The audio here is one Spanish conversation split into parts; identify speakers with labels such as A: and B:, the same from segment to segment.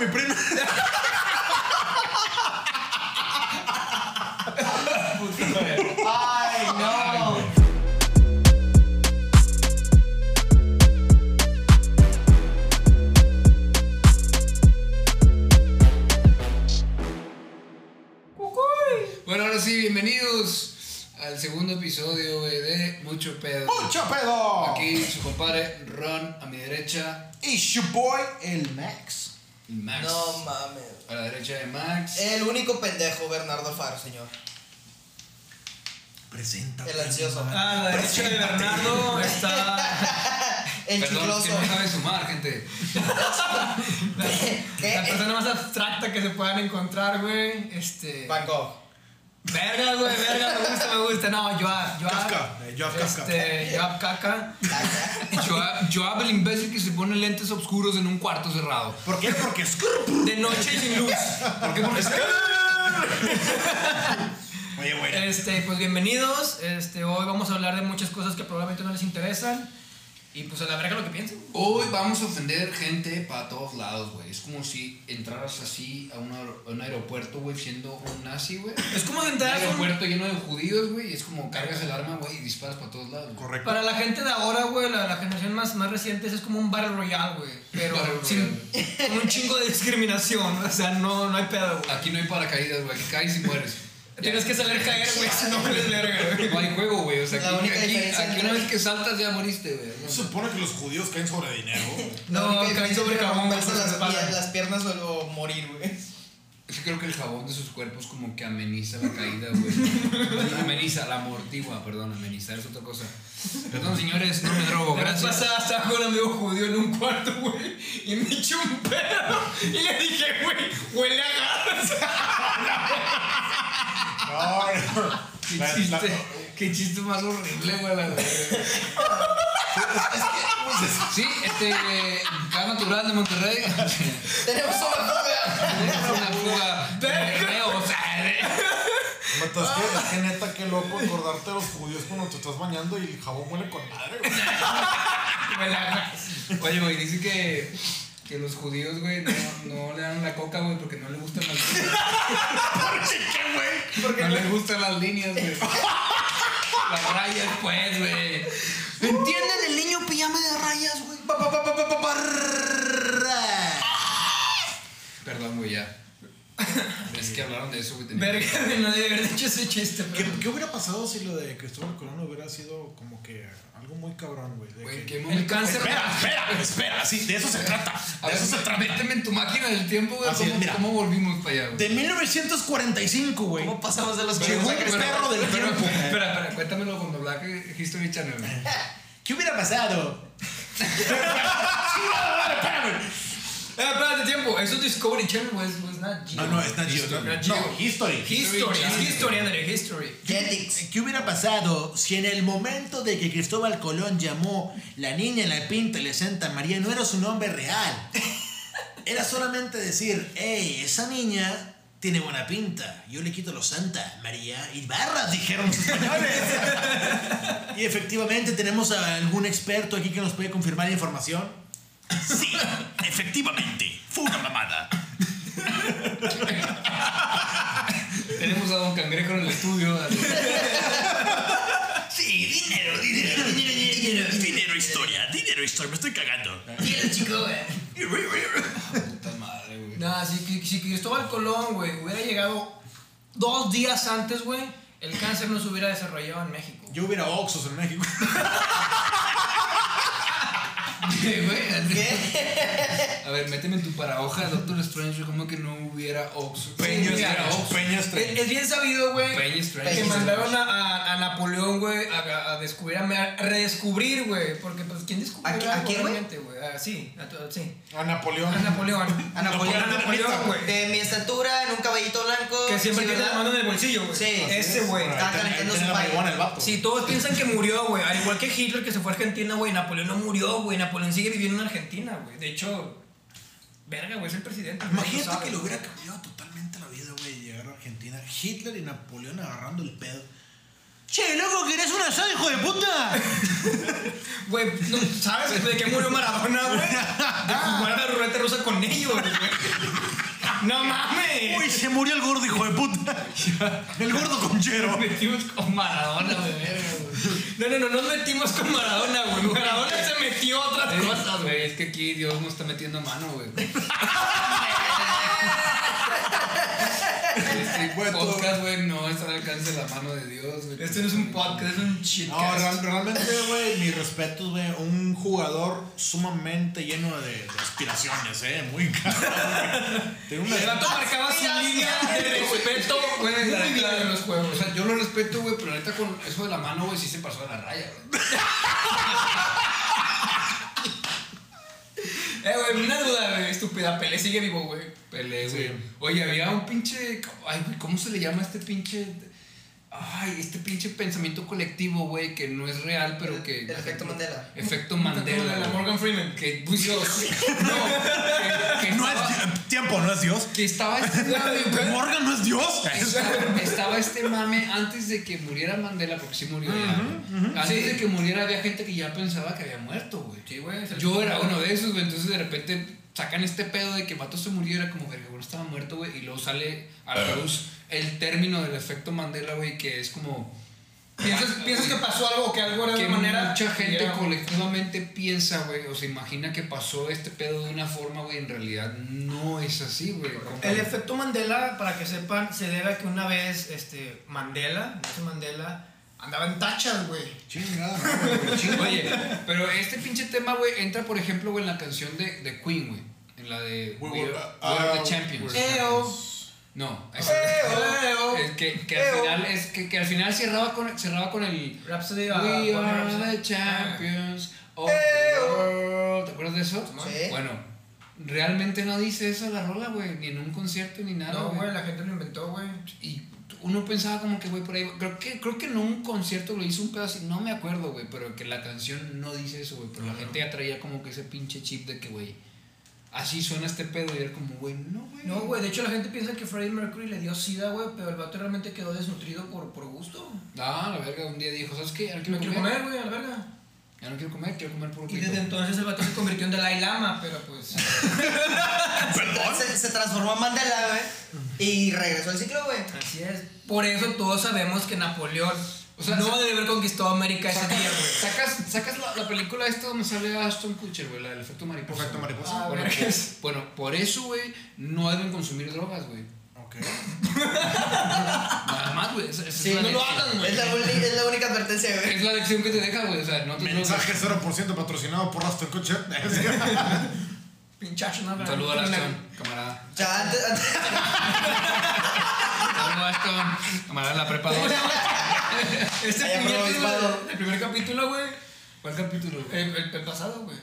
A: mi prima.
B: Ay, no.
C: Bueno, ahora sí, bienvenidos al segundo episodio güey, de Mucho Pedo.
B: ¡Mucho pedo!
C: Aquí su compadre Ron a mi derecha,
B: Y su boy, el Max.
C: Max.
D: No mames.
C: A la derecha de
E: Eh,
C: Max.
D: El único pendejo, Bernardo Alfaro, señor.
A: Presenta.
D: El ansioso.
E: Ah, la derecha de Bernardo está.
D: El
C: Perdón,
D: chicloso.
C: que no sabe sumar, gente.
E: La,
D: ¿Qué?
E: la persona más abstracta que se puedan encontrar, güey. Este.
D: Van Gogh.
E: Verga, güey, verga, me gusta, me gusta. No, Joab, Joab.
A: Kafka, eh, Joab Kafka.
E: Este, Joab Kafka.
C: Joab, Joab, el imbécil que se pone lentes oscuros en un cuarto cerrado.
A: ¿Por qué? Porque es.
E: De noche y sin luz.
C: ¿Por qué? Porque
A: Oye, güey.
E: Este, pues bienvenidos. Este, hoy vamos a hablar de muchas cosas que probablemente no les interesan. Y pues a la verga lo que piensen.
C: Hoy vamos a ofender gente para todos lados, güey. Es como si entraras así a un, aer- a un aeropuerto, güey, siendo un nazi, güey.
E: Es como si
C: Un
E: entrar a un
C: aeropuerto lleno de judíos, güey, y es como cargas el arma, güey, y disparas para todos lados. güey.
A: Correcto.
E: Para la gente de ahora, güey, la, la generación más, más reciente, eso es como un Battle Royale, güey. Pero
C: Battle
E: sin, con un chingo de discriminación. O sea, no, no hay pedo, güey.
C: Aquí no hay paracaídas, güey. Aquí caes y mueres.
E: Tienes que salir a caer, güey, si no eres verga, güey.
C: No hay juego, güey. O sea,
D: La
C: aquí,
D: única
C: aquí-
D: diferencia
C: aquí
D: entre-
C: una vez que saltas ya moriste, güey.
A: Se supone que los judíos caen sobre dinero.
E: No,
D: La única
E: caí
D: diferencia
E: sobre
D: entre
E: carbón,
D: romperse
E: güey,
D: las,
E: sobre la
D: pier-
E: espalda.
D: las piernas o morir, güey.
C: Yo creo que el jabón de sus cuerpos como que ameniza la caída, güey. ameniza, la amortigua, perdón, amenizar es otra cosa. Perdón, señores, no me drogo,
E: La vez
C: gracias.
E: pasada estaba con un amigo judío en un cuarto, güey, y me echó un pedo. Y le dije, güey, huele a gas.
A: No, no.
C: Qué
A: La- la-
C: chiste, qué chiste más horrible, güey. la verdad. Sí, este, eh, Gas Natural de Monterrey. es
D: Tenemos una fuga.
C: una fuga de recreo, o sea, de-
A: Matas, que, es que neta, qué loco acordarte de los judíos cuando te estás bañando y el jabón huele con madre, güey.
E: Huele a gas.
C: Oye, güey, dice que, que los judíos, güey, no, no le dan la coca, güey, porque no le gustan las líneas. ¿Por qué, güey? Porque no les gustan las líneas, güey. Las rayas, pues, güey.
D: ¿Entienden el niño pijama de rayas, güey? Pa, pa, pa, pa, pa, pa, pa, ra.
C: Perdón, güey, ya. Es que hablaron de eso, güey. tenía-
E: Verga, güey, no debe haber dicho ese chiste,
B: ¿Qué,
E: pero.
B: qué hubiera pasado si lo de Cristóbal Colón hubiera sido como que algo muy cabrón, güey? de
C: Güey,
B: que-
C: qué
E: El
C: momento.
E: cáncer.
A: espera, espera. Sí, de eso se trata.
C: A ver, méteme en tu máquina del tiempo, güey.
A: Así es,
C: ¿Cómo,
A: mira.
C: ¿Cómo volvimos para allá, güey?
B: De 1945, güey.
D: ¿Cómo pasamos de los
C: Pero,
D: chicos a
C: pero,
D: Cristóbal?
B: perro del
C: pero,
B: tiempo.
C: Espera, espera, cuéntamelo cuando Black History Channel. güey.
B: ¿Qué hubiera pasado?
E: Eh, espérate, tiempo. Eso Discovery Channel was, was not Geo.
B: No, no, es not Geo,
C: History.
B: no,
E: Not Geo.
B: No, history.
E: History, es history, André, history.
D: Jetix.
B: ¿Qué hubiera pasado si en el momento de que Cristóbal Colón llamó la niña en la pinta de Santa María no era su nombre real? Era solamente decir, hey, esa niña tiene buena pinta, yo le quito los Santa María y barras, dijeron los españoles. y efectivamente, ¿tenemos a algún experto aquí que nos puede confirmar la información? Sí, efectivamente, fue una mamada.
C: Tenemos a Don Cangrejo en el estudio. así.
B: Sí, dinero, dinero, dinero, dinero, dinero, historia, dinero, historia, me estoy cagando.
E: Quiero, chico, güey.
C: Puta madre, güey.
E: Nah, si, si- si Cristóbal Colón, güey, hubiera llegado dos días antes, güey, el cáncer no se hubiera desarrollado en México.
B: Yo hubiera Oxos en México.
C: Sí, güey, así.
D: ¿Qué?
C: A ver, méteme en tu parahoja, Doctor Strange, como que no hubiera Oxford.
A: Peña
C: Sí,
A: Strange,
C: hubiera Oxford.
A: Peña
E: Es,
A: Strange.
B: Eh,
E: es bien sabido, güey,
C: Peña
E: que
C: Strange.
D: Peña.
E: mandaron a, a- a Napoleón, güey, a, a descubrir, a, me- a redescubrir, güey, porque, pues, ¿quién descubrió
D: ¿A qui- a
E: algo
D: quién, güey?
E: realmente, güey? Ah, sí, a to- sí.
B: eh,
A: A Napoleón.
E: A Napoleón.
D: A Napoleón.
E: A Napoleón, güey.
D: De mi estatura, en un caballito blanco.
E: Que siempre
D: sí,
E: tiene la
D: ¿verdad?
E: mano en el bolsillo, güey.
D: Sí.
E: Ese, güey.
D: Estaba calentando su
B: marihuana el
D: país.
B: vato.
E: Sí, todos piensan que murió, güey. Al igual que Hitler que se fue a Argentina, güey. Napoleón no murió, güey. Napoleón sigue viviendo en Argentina, güey. De hecho, verga, güey, es el presidente.
B: Imagínate
E: no sabe.
B: que le hubiera cambiado totalmente la vida, güey, llegar a Argentina. Hitler y Napoleón agarrando el pedo. Che, loco, ¿querés un asado, hijo de puta?
E: Güey, no, ¿sabes de qué murió Maradona, güey? De jugar a la ruleta rusa con ellos, güey. No mames.
B: Uy, se murió el gordo, hijo de puta. El gordo
E: Nos
B: conchero.
E: metimos con Maradona, güey. verga, güey. No, no, no, nos metimos con Maradona, güey. Maradona se metió a otras cosas, güey.
C: Güey, es que aquí Dios nos está metiendo mano, güey. Este
A: Güey, todo-
C: podcast, güey, no está al alcance de la mano de Dios, güey.
E: Este no es un podcast, es un
A: No, real-
E: shitcast.
A: realmente, güey, mi respeto.
B: Respetos, güey. Un jugador sumamente lleno de, de aspiraciones, eh. Muy caro. güey. Tiene una.
E: El vato marcaba su línea de respeto, güey.
C: Güey, la
E: Muy
C: neta,
E: bien.
C: los juegos. O sea, yo lo respeto, güey, pero la neta con eso de la mano, güey, sí se pasó de la raya, güey.
E: Eh, güey, una duda, güey, estúpida. Pelé sigue vivo, güey.
C: Pelé, güey. Oye, había un pinche. Ay, güey, ¿cómo se le llama a este pinche. Ay, este pinche pensamiento colectivo, güey, que no es real, pero que.
D: El efecto Mandela.
C: Efecto Mandela.
E: La
C: güey.
E: Morgan Freeman.
C: Que Dios. No, que, que
B: No
C: estaba,
B: es. Tiempo, no es Dios.
C: que estaba este mame, güey.
B: Morgan no es Dios.
C: Estaba, estaba este mame antes de que muriera Mandela, porque sí murió. ya, güey. Antes de que muriera había gente que ya pensaba que había muerto, güey.
E: Sí, güey. se-
C: Yo era uno de esos, güey. Entonces de repente sacan este pedo de que Mato se murió. Era como, verga, bueno, estaba muerto, güey. Y luego sale a la luz el término del efecto Mandela, güey, que es como.
E: ¿Piensas,
C: Ah,
E: piensas que
C: güey,
E: pasó algo o que algo era de
C: que
E: una manera?
C: mucha gente
E: Era-
C: colectivamente piensa, güey, o se imagina que pasó este pedo de una forma, güey, en realidad no es así, güey. Como-
E: El efecto Mandela, para que sepan, se debe a que una vez este, Mandela, Nelson Mandela, andaba en tachas, güey.
A: Chingada, no, güey.
C: Oye, pero este pinche tema, güey, entra, por ejemplo, güey, en la canción de, de Queen, güey. En la de We,
A: We
C: Are-
A: were-
C: We are,
A: ah,
C: the Champions.
A: we're-
E: Eo.
C: No, es,
E: Eo.
C: es que, que al
E: Eo.
C: final, es que, que al final cerraba con, cerraba con el
E: Rhapsody, ah,
C: We
E: Bohemian
C: are
E: Rhapsody.
C: the champions of the
E: Eo.
C: world. ¿Te acuerdas de eso?
D: Sí.
C: Bueno, realmente no dice eso la rola, güey, ni en un concierto ni
E: Ah,
C: nada.
E: No,
C: güey.
E: güey, la gente lo inventó, güey.
C: Y uno pensaba como que, güey, por ahí. Creo que, creo que en un concierto lo hizo un pedo así, no me acuerdo, güey, pero que la canción no dice eso, güey. Pero la gente ya traía como que ese pinche chip de que, güey, así suena este pedo. Y era como, güey, no, güey.
E: No, güey, de hecho la gente piensa que Freddie Mercury le dio sida, güey, pero el vato realmente quedó desnutrido por, por gusto.
C: Ah, la verga, un día dijo, ¿sabes qué? Ya no
E: No
C: quiero
E: quiero
C: comer.
E: comer, güey, a la verga.
C: Ya no quiero comer, quiero comer por
E: Y desde entonces el vato se convirtió en Dalai Lama, pero pues...
D: Se, se transformó en Mandela, güey. Y regresó al ciclo, güey.
E: Así es. Por eso todos sabemos que Napoleón
C: O sea,
E: no
C: sa-
E: debe haber conquistado América ese día, güey.
C: Sacas, sacas la, la película esta donde sale Ashton Kutcher, güey, la del efecto mariposa.
A: Efecto
C: güey.
A: mariposa.
E: Ah,
C: Bueno,
E: verga.
C: por- bueno, por eso, güey, no deben consumir drogas, güey.
A: Ok.
C: Nada más, güey. esa- esa es
D: Sí,
C: la
D: no lo
C: lección.
E: hagan,
D: Es la, uni- es la única advertencia, güey.
C: Es la lección que te deja, güey. O sea, no te drogas.
A: Mensaje 0% patrocinado por Aston Kutcher.
E: Pinchazo, ¿no?
C: Un saludo a Ashton, camarada.
D: O sea, antes, antes,
C: Un saludo a Ashton, camarada de la prepa 2.
E: Este
D: Ahí
E: puñetas,
D: aprovechado.
E: güey, el primer capítulo, güey.
C: ¿Cuál capítulo, güey?
E: El, el- el pasado, güey.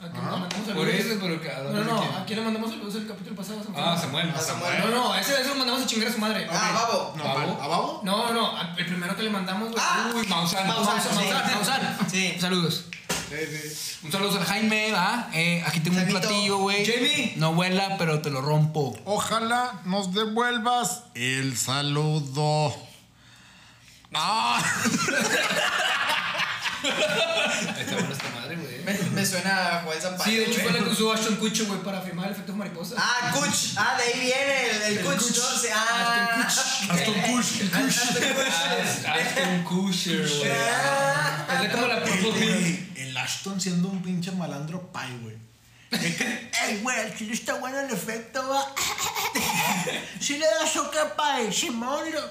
E: ¿A
A: Ah,
E: quién le mandamos
C: Eh, Por
E: saludos?
C: eso, pero que. ¿a
E: No,
C: dónde
E: no,
C: se quiere?
E: ¿a quién le mandamos saludos el capítulo pasado?
C: Ah, Samuel.
D: a Samuel.
E: No, no, ese, ese lo mandamos a chingar a su madre.
D: Ah, babo.
A: No, ¿a Babo?
E: No, no, al- el primero que le mandamos, güey.
D: Ah,
E: Uy, Maussan.
D: Maussan,
E: Maussan,
D: sí.
E: Maussan, Maussan.
D: Sí.
E: Saludos.
A: Sí, sí.
C: Un saludo al Jaime, ¿ah? Eh, aquí tengo un
D: Jaimito.
C: platillo, güey.
E: Jamie.
C: No vuela, pero te lo rompo.
A: Ojalá nos devuelvas el saludo.
C: Ah. Está buena esta madre, güey.
D: Me, me suena a Juan Zampayo.
E: Sí, de hecho fue
D: güey.
E: la que usó Ashton Kutcher, güey, para firmar el efecto mariposa.
D: Ah, Kuch. Ah, de ahí viene el, el, Kuch. no sé, ah.
E: Ashton Kutcher.
D: Ah, Ashton Kutch.
C: Ah, Ashton Kutcher, güey.
D: Ah.
E: Es como la propuesta.
B: Güey, El Ashton siendo un pinche malandro pay, güey. De que, Ey, güey, el chile está bueno el efecto, va. Si le das soca, pay, Simón, y lo-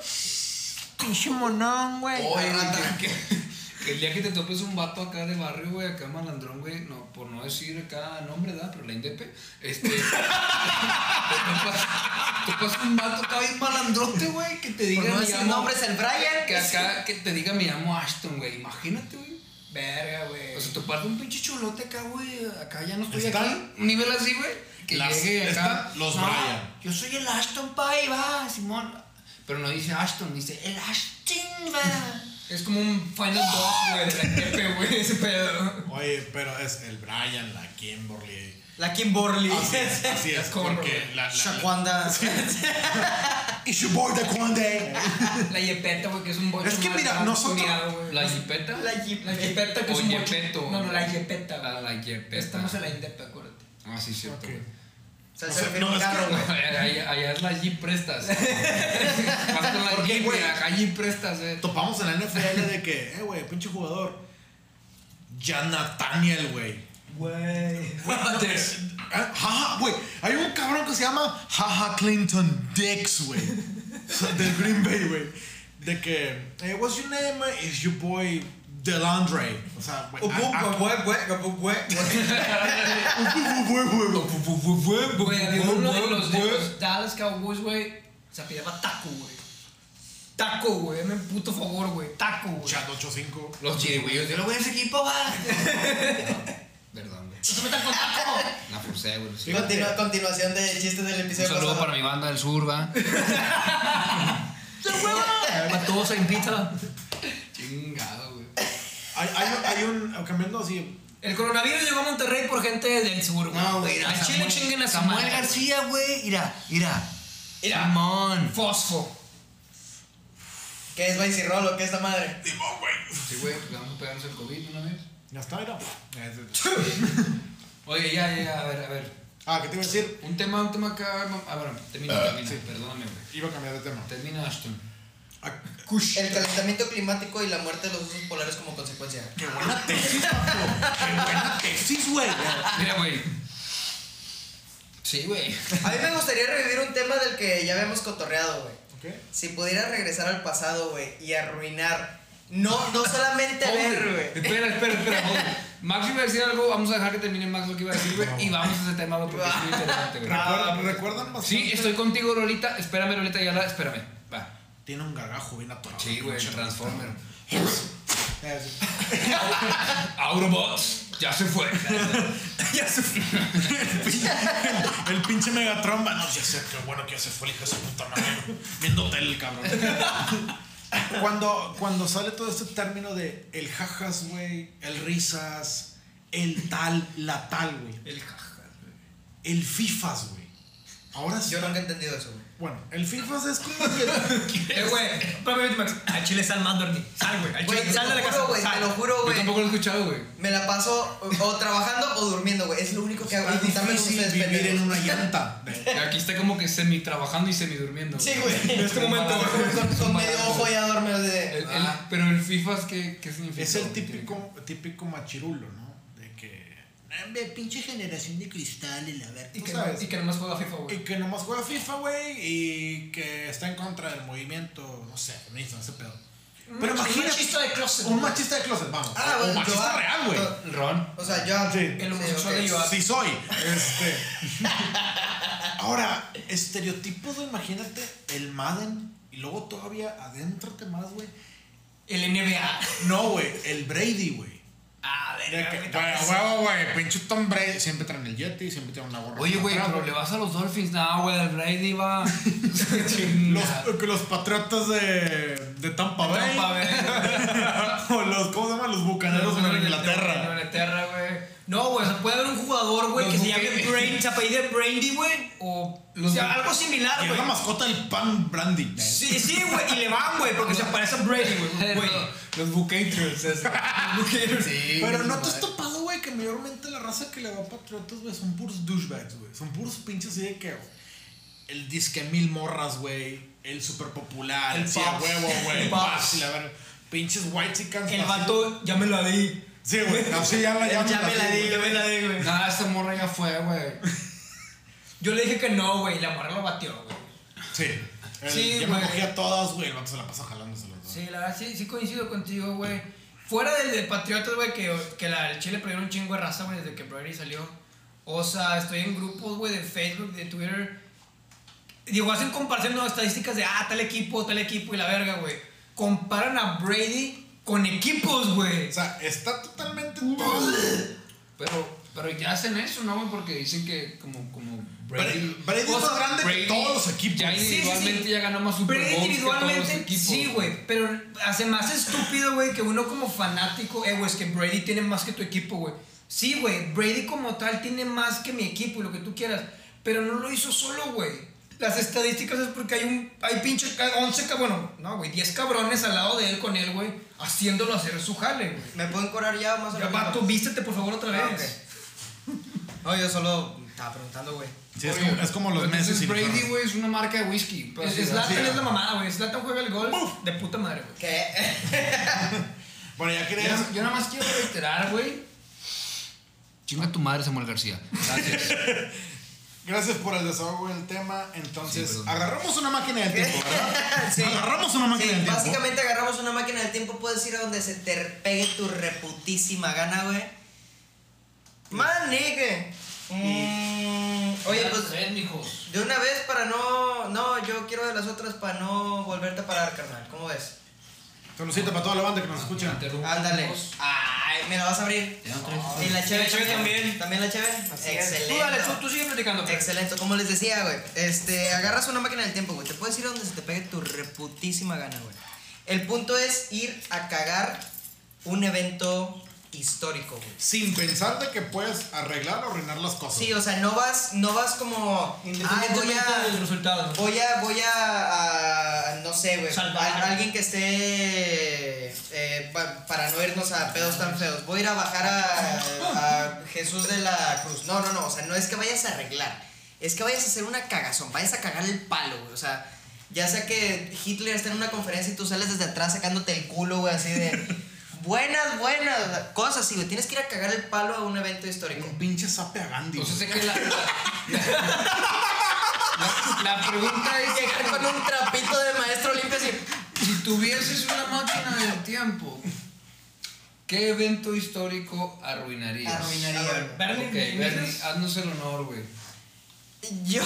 B: Pinche monón, güey.
C: Oh,
D: Oye, rata.
C: Que, que el día que te topes un vato acá de barrio, güey, acá malandrón, güey, no, por no decir acá nombre, ¿verdad? Pero la indepe, este. te topas- topas un vato acá bien malandrote, güey, que te diga.
D: Por no
C: me
D: decir
C: llamo-
D: nombres, el Brian.
C: Que acá, que te diga, me llamo Ashton, güey, imagínate, güey.
E: Verga, güey.
C: O
D: Eh.
C: sea, toparte un pinche chulote acá, güey, acá ya no estoy
A: Están-
C: aquí. Un nivel así, güey, que
A: Las-
C: llegue acá.
A: están los
C: "No,
A: Brian".
C: Yo soy el Ashton, pa, y va, Simón. Pero no dice Ashton, dice el Ashton, va.
E: Es como un Final Boss, güey, de la jefe, güey, ese pedo.
A: Oye, pero es el Brian, la Kimberly.
D: La Kimberly.
A: Así es, así es,
E: como
A: porque la, la- la-
D: Shaquanda.
B: It's your boy the Conde.
E: La yepeta, güey, que es un bocho.
A: Es que
E: más
A: mira,
E: más
A: nosotros-
E: tuneado, güey.
C: ¿La jipeta?
E: La yep- la yepeta, que
C: O
E: es un bocho.
C: yepeto.
E: No, no, la yepeta,
C: Ah,
E: güey.
C: la yepeta.
E: Estamos en la indepa, acuérdate.
C: Ah, sí, cierto, güey.
D: Salsa
A: O sea,
D: de
A: no,
D: un
A: es que-
D: carro, güey.
C: Allá, allá es la Jeep prestas. Vas con la Jeep, güey. Acá Jeep prestas, eh.
B: Topamos en la NFL de que, eh, güey, pinche jugador. Jan Nathaniel, güey. Eh,
E: Güey.
B: Jaja, güey. Hay un cabrón que se llama Jaja Clinton Dix, güey. O sea, Del Green Bay, güey. De que, eh, what's your name? It's your boy Delandre. O sea, güey. a- a- güey, güey, güey.
E: Güey, había uno de los, de
C: güey.
E: los Dallas Cowboys, güey. Se apellidaba Taco, güey. Taco, güey. Hazme un puto favor, güey. Taco, güey.
A: Chat 85.
C: Los chirigüillos. Yo lo voy a ese equipo, va. Perdón, güey.
E: No se metan con Taco.
C: La forcé, güey. lo siento.
D: Continua- continuación de chistes del
C: Un
D: episodio
C: saludo para mi banda del sur, va.
E: Para todos en pizza.
C: Chingado, güey.
B: Hay, hay, un- hay un, eh, cambiando así,
E: El coronavirus llegó a Monterrey por gente del sur, güey.
D: No, güey, no,
E: Al chile
D: Samuel-
E: chinguen a
C: Samuel
E: Samuel García.
D: García, güey. Mira, mira.
E: Mira.
D: Simón.
E: Fosfo.
D: ¿Qué es Vice Rolo? ¿Qué es esta madre?
C: Sí, güey, pues vamos a pegarnos el COVID una vez.
B: ya está, era.
C: Oye, ya, ya, ya, a ver, a ver.
B: Ah, ¿qué te iba a decir?
C: Un tema, un tema acá. Ah, bueno, termina, termina. Perdóname, güey.
A: Iba a cambiar de tema.
C: Termina, Ashton.
B: Ah,
D: El calentamiento climático y la muerte de los osos polares como consecuencia.
B: ¡Qué buena tesis, papo! ¡Qué buena tesis, güey!
D: Ah.
C: Mira, güey. Sí, güey.
D: A mí me gustaría revivir un tema del que ya habíamos cotorreado, güey.
A: ¿Ok?
D: Si pudiera regresar al pasado, güey, y arruinar. No, no solamente ver,
C: Hombre,
D: güey.
C: Espera, espera, espera. hombre. Max iba a decir algo, vamos a dejar que termine Max lo que iba a decir, güey. Y vamos a ese tema, güey, porque es muy interesante,
D: Ah.
C: güey.
A: Recuerda- ¿Recuerdan bastante?
C: Sí, estoy contigo, Lolita. Espérame, Lolita, ya la. Espérame. Va.
B: Tiene un gargajo bien atorado.
C: Sí, güey, el
B: Pinche
C: Transformer.
A: Eh, sí.
C: Autobots, ya se fue.
B: Ya se fue. El pinche, el pinche Megatromba. No, ya sé, qué bueno que ya se fue el hijo de su puta madre. Viendo tele, cabrón. Cuando, cuando sale todo este término de el jajas, güey, el risas, el tal, la tal, güey,
E: El jaja, güey.
B: el fifas, güey. Ahora sí.
D: Yo nunca he entendido eso, güey.
B: Bueno, el fifas es como que.
E: Eh, güey. Espérame, vete, Max. Al chile sal más, Bernie. Sal, güey. Al
D: Güey,
E: chile
D: te
E: sal de
D: lo
E: la
D: juro,
E: casa.
D: güey, te
E: sal.
D: lo juro,
C: Yo
D: güey.
C: tampoco lo he escuchado, güey.
D: Me la paso o o trabajando o durmiendo, güey. Es lo único que hago.
B: Es
D: Juntarme con
B: difícil
D: ustedes,
B: vivir en
D: pendejos.
B: una llanta.
C: Aquí está como que semi trabajando y semi durmiendo.
D: Sí, güey.
E: En este momento, güey.
D: Con, con medio ojo ya dormido de...
C: pero el FIFA, Ah. es que- ¿qué significa?
B: Es el
C: güey?
B: típico, típico machirulo, ¿no? De que. "Hombre, pinche generación de cristal y la verga.
E: Y
B: Tú
E: que,
B: sabes.
E: y que nomás juega FIFA,
B: Y
E: güey.
B: que nomás juega FIFA, güey, y que está en contra del movimiento, no sé, feminista, ese pedo. Pero
E: Un
B: imagínate.
E: machista de closet,
B: Un
E: güey.
B: machista de closet, vamos.
D: Ah, bueno,
B: un machista
D: yo-
B: real, güey.
D: yo-
C: Ron.
D: O sea, yo...
B: Sí.
E: El homosexual
D: ok.
E: de Joab.
B: Sí soy. Este. Ahora, estereotipos, güey, imagínate el Madden y luego todavía adéntrate más, güey.
E: El NBA.
B: No, güey, el Brady, güey.
E: Ah,
B: De
E: verga,
B: que,
E: güey.
B: Güey, huevo, güey, pinche Tom Brady. Siempre traen el Yeti, siempre traen una gorra.
C: Oye, güey,
B: atrás,
C: pero le vas a los Dolphins. No, güey, el Brady va. Chinga.
B: Los, que los patriotas de, de Tampa Bay.
E: Tampa Bay.
B: o los, ¿cómo se llaman? Los bucaneros en Inglaterra.
E: Inglaterra, güey. No, güey, o sea, puede haber un jugador, güey,
C: Los
E: que se llame
C: buque-
E: Brain, se apellide Brandy, güey.
C: O
E: O
C: los.
E: sea, algo similar,
B: Y es la
E: güey.
B: mascota del pan brandy.
E: Sí, sí, güey, y le van, güey, porque se parece a Brady, güey. güey.
C: Los Bucaters. eso. Sí.
B: Pero
C: güey,
B: no te has
C: madre.
B: topado, güey, que mayormente la raza que le va a patriotas, güey, son puros douchebags, güey. Son puros pinches así de que. El disque mil morras, güey. El super popular.
E: El
B: El sí, a
E: Pops.
B: huevo, güey.
E: El
B: El
E: Pops.
B: Pops y la verga. Pinches white chickens.
E: El
B: así.
E: vato, ya me la di.
B: Sí, güey. Así ya la
E: Ya,
B: llaman.
E: me la
B: así,
E: di,
B: güey.
E: ya me la di, güey.
C: Nah, esa morra ya fue, güey.
E: Yo le dije que no, güey, y la morra lo batió, güey.
B: Sí. El-
E: Sí,
B: ya me
E: güey.
B: cogí a todas, güey. El vato se la pasa jalándoselas, güey.
E: Sí, la verdad, sí, sí coincido contigo, güey. Fuera del de Patriotas, güey, que, que la, el Chile perdió un chingo de raza, güey, desde que Brady salió. O sea, estoy en grupos, güey, de Facebook, de Twitter. Digo, hacen comparación de estadísticas de, ah, tal equipo, tal equipo y la verga, güey. Comparan a Brady con equipos, güey.
B: O sea, está totalmente.
C: Pero, pero ya hacen eso, ¿no? güey? Porque dicen que como, como Pues,
B: Brady, Brady es
E: o sea,
B: más grande que todos los equipos.
C: Ya
E: sí, sí.
C: individualmente ya ganó más Super
E: Brady
C: Bowls que todos los
E: individualmente,
C: equipos.
E: sí, güey. Pero hace más estúpido, güey, que uno como fanático, eh, güey, es que Brady tiene más que tu equipo, güey. Sí, güey, Brady como tal tiene más que mi equipo y lo que tú quieras. Pero no lo hizo solo, güey. las estadísticas es porque hay un hay pinche ca- 11, ca- bueno, no, güey, 10 cabrones al lado de él con él, güey, haciéndolo hacer su jale, güey.
D: ¿Me puedo encorar ya más o
E: Ya,
D: menos?
E: vato, vístete por favor otra vez.
D: Ah, ok. No, yo solo estaba preguntando, güey.
A: Sí, es como, es como los
C: Pero
A: meses
C: entonces
A: y los
C: Brady,
A: perros.
C: güey, es una marca de whisky.
D: Pues
C: pero
E: Es-
C: sí,
E: Zlatan
C: sí,
E: es la mamada, güey. Zlatan juega el gol de puta madre, güey.
D: ¿Qué?
A: Bueno, ya
C: Yo,
A: creas.
C: nada- yo nada más quiero reiterar, güey. Chinga tu madre, Samuel García. Gracias.
A: Gracias por el desahogo del tema. Entonces,
C: Sí, perdón.
A: agarramos una máquina del tiempo, ¿verdad?
D: Sí.
A: Agarramos una máquina
D: Sí,
A: del tiempo.
D: Básicamente agarramos una máquina del tiempo, puedes ir a donde se te pegue tu reputísima gana, güey. Manique. Mm, oye, pues
C: Tres, mijos.
D: de una vez para no. No, yo quiero de las otras para no volverte a parar, carnal. ¿Cómo ves?
A: Saludcita para toda la banda que nos escucha.
C: Interrumpo,
D: Ándale.
C: mijos.
D: Ay, mira, vas a abrir.
C: Ya no traes-
D: Y la cheve
E: La cheve
D: también.
E: también.
D: También la cheve. Excelente.
E: Tú dale, tú, tú sigue platicando. güey.
D: Excelente, como les decía, güey. Este, agarras una máquina del tiempo, güey. Te puedes ir a donde se te pegue tu reputísima gana, güey. El punto es ir a cagar un evento histórico, güey.
A: Sin pensar de que puedes arreglar o arruinar las cosas.
D: Sí, o sea, no vas, no vas como. "Ay, Ah, voy
E: Independientemente del
D: a.
E: resultado. ¿no?
D: Voy a, voy a, a- no sé, güey.
E: Salvar.
D: al- alguien que esté. eh, pa- para no irnos a pedos tan feos. Voy a ir a bajar a, a Jesús de la Cruz. No, no, no. O sea, no es que vayas a arreglar. Es que vayas a hacer una cagazón. Vayas a cagar el palo, güey. O sea, ya sea que Hitler está en una conferencia y tú sales desde atrás sacándote el culo, güey, así de. Buenas, buenas. Cosas así, güey. Tienes que ir a cagar el palo a un evento histórico.
A: Un pinche sape a Gandhi.
C: O sea, sé
A: güey.
C: que la. la- la- la pregunta es.
D: Llegar con un trapito de maestro limpio así.
C: Si tuvieses una máquina del tiempo, ¿qué evento histórico arruinarías?
D: Arruinaría.
E: A ver,
D: güey.
E: Bernie,
C: Ok,
E: ¿me
C: Bernie,
D: Ah,
E: dices?
C: haznos el honor, güey.
D: Yo,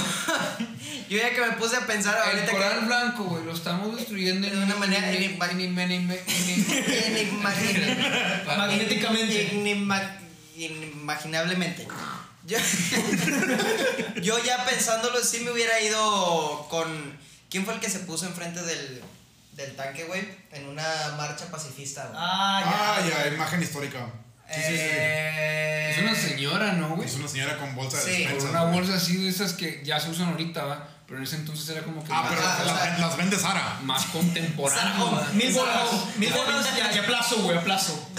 D: yo ya que me puse a pensar
C: El
D: ahorita
C: coral
D: que.
C: blanco, güey, lo estamos destruyendo
D: De una manera
C: ini-
D: enigma-
C: ini- meni- me- ini-
D: Enigma- enigma-
E: Magnéticamente.
D: enigma- Inimaginablemente. Yo, yo ya pensándolo, sí me hubiera ido con. ¿Quién fue el que se puso enfrente del, del tanque, güey? En una marcha pacifista, güey.
E: Ah,
A: Ah,
E: ya.
A: ya, imagen histórica. Sí, sí, sí.
D: Eh,
C: Es una señora, ¿no, güey?
A: Es una señora con bolsa de
D: Sí.
A: despensa.
C: Con una bolsa así de esas que ya se usan ahorita, ¿va? Pero en ese entonces era como que
A: Ah, pero
D: Ah,
A: las-
D: o sea-
A: las- las vende Sara.
C: más contemporáneo.
D: Sarajón.
C: ¿va?
E: Mil bolas, mil bolas y a y a plazo, güey, a plazo.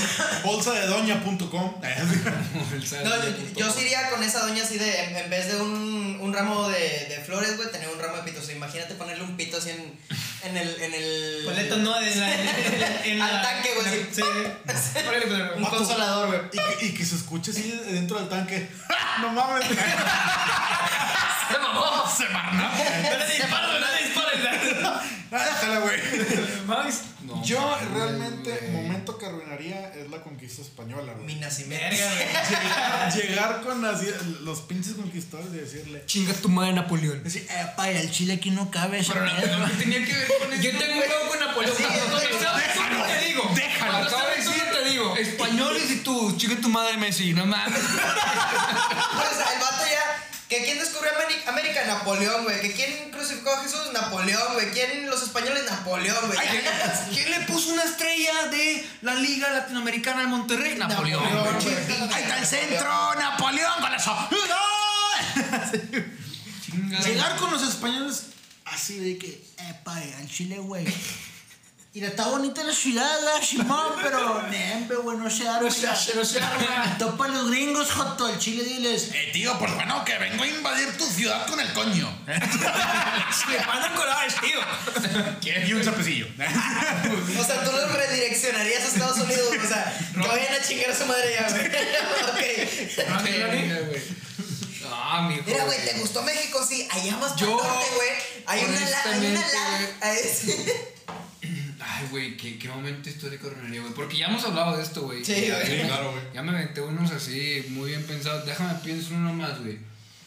A: Bolsa de doña.com.
C: El
D: No,
C: Sarajón.
D: yo, yo sí iría con esa doña así de, en, en vez de un, un ramo de, de flores, güey, tener un ramo de pitos. O sea, imagínate ponerle un pito así en, en el... En el
E: Paleta no, en la. en la- en la-
D: Al tanque, güey,
E: en la-
D: sí.
E: Sí. Órale, pues,
D: un consolador, güey.
A: Y, que- y que se escuche así dentro del tanque. no mames.
D: Ah, ¡Se mamó!
A: se marna.
E: No le disparen, no le disparen.
A: Ah, Déjala, güey.
E: Mames.
C: No,
A: Yo
C: mames,
A: realmente,
C: güey.
A: momento que arruinaría es la conquista española, güey.
D: Mi nacimiento.
E: Verga, güey.
A: Llegar con así- los pinches conquistadores y decirle. eh,
E: Chinga tu madre, Napoleón.
B: Decir, epa, el chile aquí no cabe. esa
C: Pero
B: mierda".
C: no tenía que ver con eso.
E: Yo tengo un juego con Napoleón.
D: Sí,
E: Cuando
D: déjalo,
E: estaba solo te digo.
C: Déjalo,
E: Cuando
C: acabo de
E: estaba solo
C: decir.
E: te digo.
C: Españoles y tú, chica tu madre Messi, no mames.
D: Pues, el vato ya... ¿Que quién descubrió Ameri- América? Napoleón, güey. ¿Que quién crucificó a Jesús? Napoleón, güey. ¿Quién los españoles? Napoleón, güey.
C: ¿Quién le puso una estrella de la Liga Latinoamericana de Monterrey? Napoleón.
D: Napoleón,
C: güey.
D: güey.
B: Ahí está el centro, Napoleón con la so- ¡Gol!
C: Chinga.
B: Llegar con los españoles así de que, epa, al Chile, güey. Mira, está bonita la ciudad, la Simón, pero nembe, güey, no se arma.
E: No se hace, no se arma.
B: Topa a los gringos, joto, al Chile diles.
F: Eh, tío, pues bueno, que vengo a invadir tu ciudad con el coño.
E: Me mandan colores, tío.
F: Y un chapecillo.
D: O sea, tú los redireccionarías a Estados Unidos. O sea, que vayan a chingar a su madre ya, güey. ok.
C: Ah, mira, güey. Ah, mijo.
D: Mira, güey, ¿te gustó México? Sí, allá más para
C: Yo,
D: el norte, güey. Hay una la, hay una
C: honestamente, güey.
D: la. Ahí sí.
C: Ay, güey, qué, qué momento histórico arruinaría, güey. Porque ya hemos hablado de esto, güey.
D: Sí,
C: Ya,
D: güey.
A: Sí, claro, güey.
C: Ya me aventé unos así, muy bien pensados. Déjame pienso uno más, güey.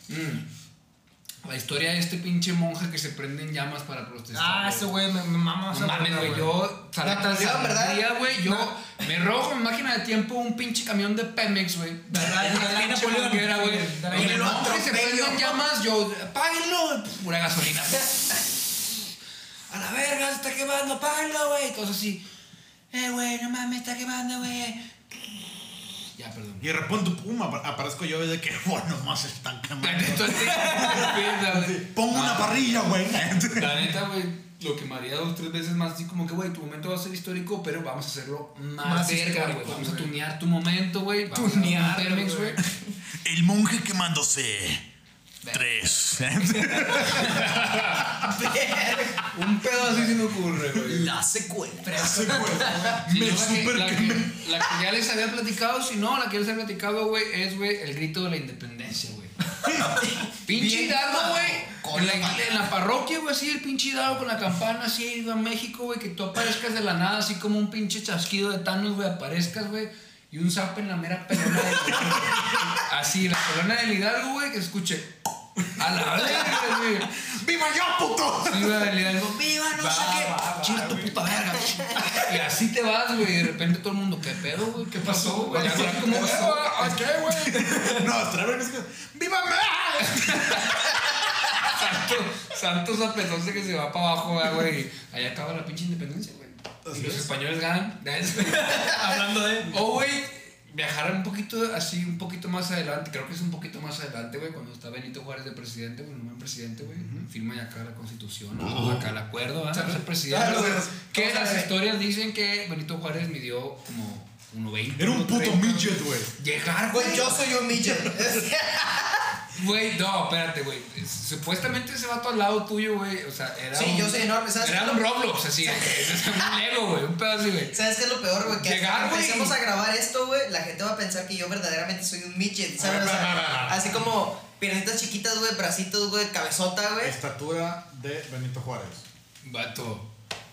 C: Mm. La historia de este pinche monje que se prende en llamas para protestar.
E: Ah,
C: güey.
E: ese güey me me mama.
C: No
E: esa
C: mames,
E: persona,
C: güey, yo salí tan
D: Napoleón, ¿verdad?
C: sandía, güey, yo me rojo en máquina de tiempo un pinche camión de Pemex, güey.
E: ¿Verdad?
C: Una
E: Dale,
C: pinche
E: Napoleón.
C: manguera, güey.
E: Dale,
C: Donde
D: y lo
C: no, güey, se
D: atropello.
C: prenden llamas, yo, apáguenlo, pura gasolina. A la verga, se está quemando, apáguenlo, güey. Cosas así. Eh, güey, no mames, está quemando, güey. Ya, perdón.
F: Y de repente, pum, apa- aparezco yo y de que, bueno, más están
C: La
F: quemando.
C: neta, sí, la neta.
F: Pongo una parrilla, güey.
C: La neta, güey, lo quemaría dos, tres veces más, así como que, güey, tu momento va a ser histórico, pero vamos a hacerlo más,
E: Más
C: verga, güey.
E: histórico,
C: Vamos a
E: güey.
C: tunear tu momento, güey. Vamos a
E: Tunear,
C: dar un Permex,
E: güey.
C: güey.
F: El monje quemándose. Tres.
C: Un pedo así se me ocurre, güey.
D: La secuela.
A: Sí, güey.
C: Si no,
F: Me
C: la que-
F: super
C: la que,
F: quemé.
C: la que ya les había platicado, si no, la que ya les había platicado, güey, es, güey, el grito de la independencia, güey. pinche
D: Bien
C: dado,
D: mamado,
C: güey.
D: con
C: En
D: la
C: la, en la parroquia, güey, así el pinche dado con la campana, así iba a México, güey, que tú aparezcas de la nada, así como un pinche chasquido de Thanos, güey, aparezcas, güey. Y un zap en la mera pelona del Así, la pelona del Hidalgo, güey, que se escuche. A la verga, güey.
F: ¡Viva yo, puto!
C: Sí, güey, del Hidalgo.
D: Viva, no
C: Va,
D: sé
C: va, va,
D: qué. Chinga tu
C: güey.
D: puta verga.
C: Y así te vas, güey. Y de repente todo el mundo, ¿qué pedo, güey? ¿Qué pasó, güey? Ya sabes cómo pasó.
E: ¿A qué, güey?
F: No, otra vez es que, ¡Viva me!
C: Santos, Santos apetóse que se va para abajo, güey, güey. Ahí acaba la pinche independencia, güey. Y los españoles ganan.
E: Hablando de.
C: O, güey, viajar un poquito así, un poquito más adelante. Creo que es un poquito más adelante, güey, cuando está Benito Juárez de presidente, güey, un buen presidente, güey. Firma ya acá la constitución, acá el acuerdo, ¿ah? Es el presidente,
D: Claro,
C: güey.
D: güey.
C: Que
D: Vamos a
C: las
D: ver.
C: historias dicen que Benito Juárez midió como 1.20.
F: Era un puto
C: 1.30.
F: midget, güey.
C: Llegar, güey.
D: Güey, yo soy un millo.
C: Güey, no, espérate, güey. Es- Supuestamente ese vato al lado tuyo, güey. O sea, era.
D: Sí,
C: un,
D: yo soy enorme, ¿sabes?
C: Era un Roblox, así. de que es un Lego, güey. Un pedo así, güey.
D: ¿Sabes qué es lo peor, güey? Que
C: Llegar,
D: cuando
C: güey.
D: empecemos a grabar esto, güey, la gente va a pensar que yo verdaderamente soy un midget, ¿sabes? O sea, así como piernitas chiquitas, güey, bracitos, güey, cabezota, güey.
A: Estatura de Benito Juárez.
C: Vato.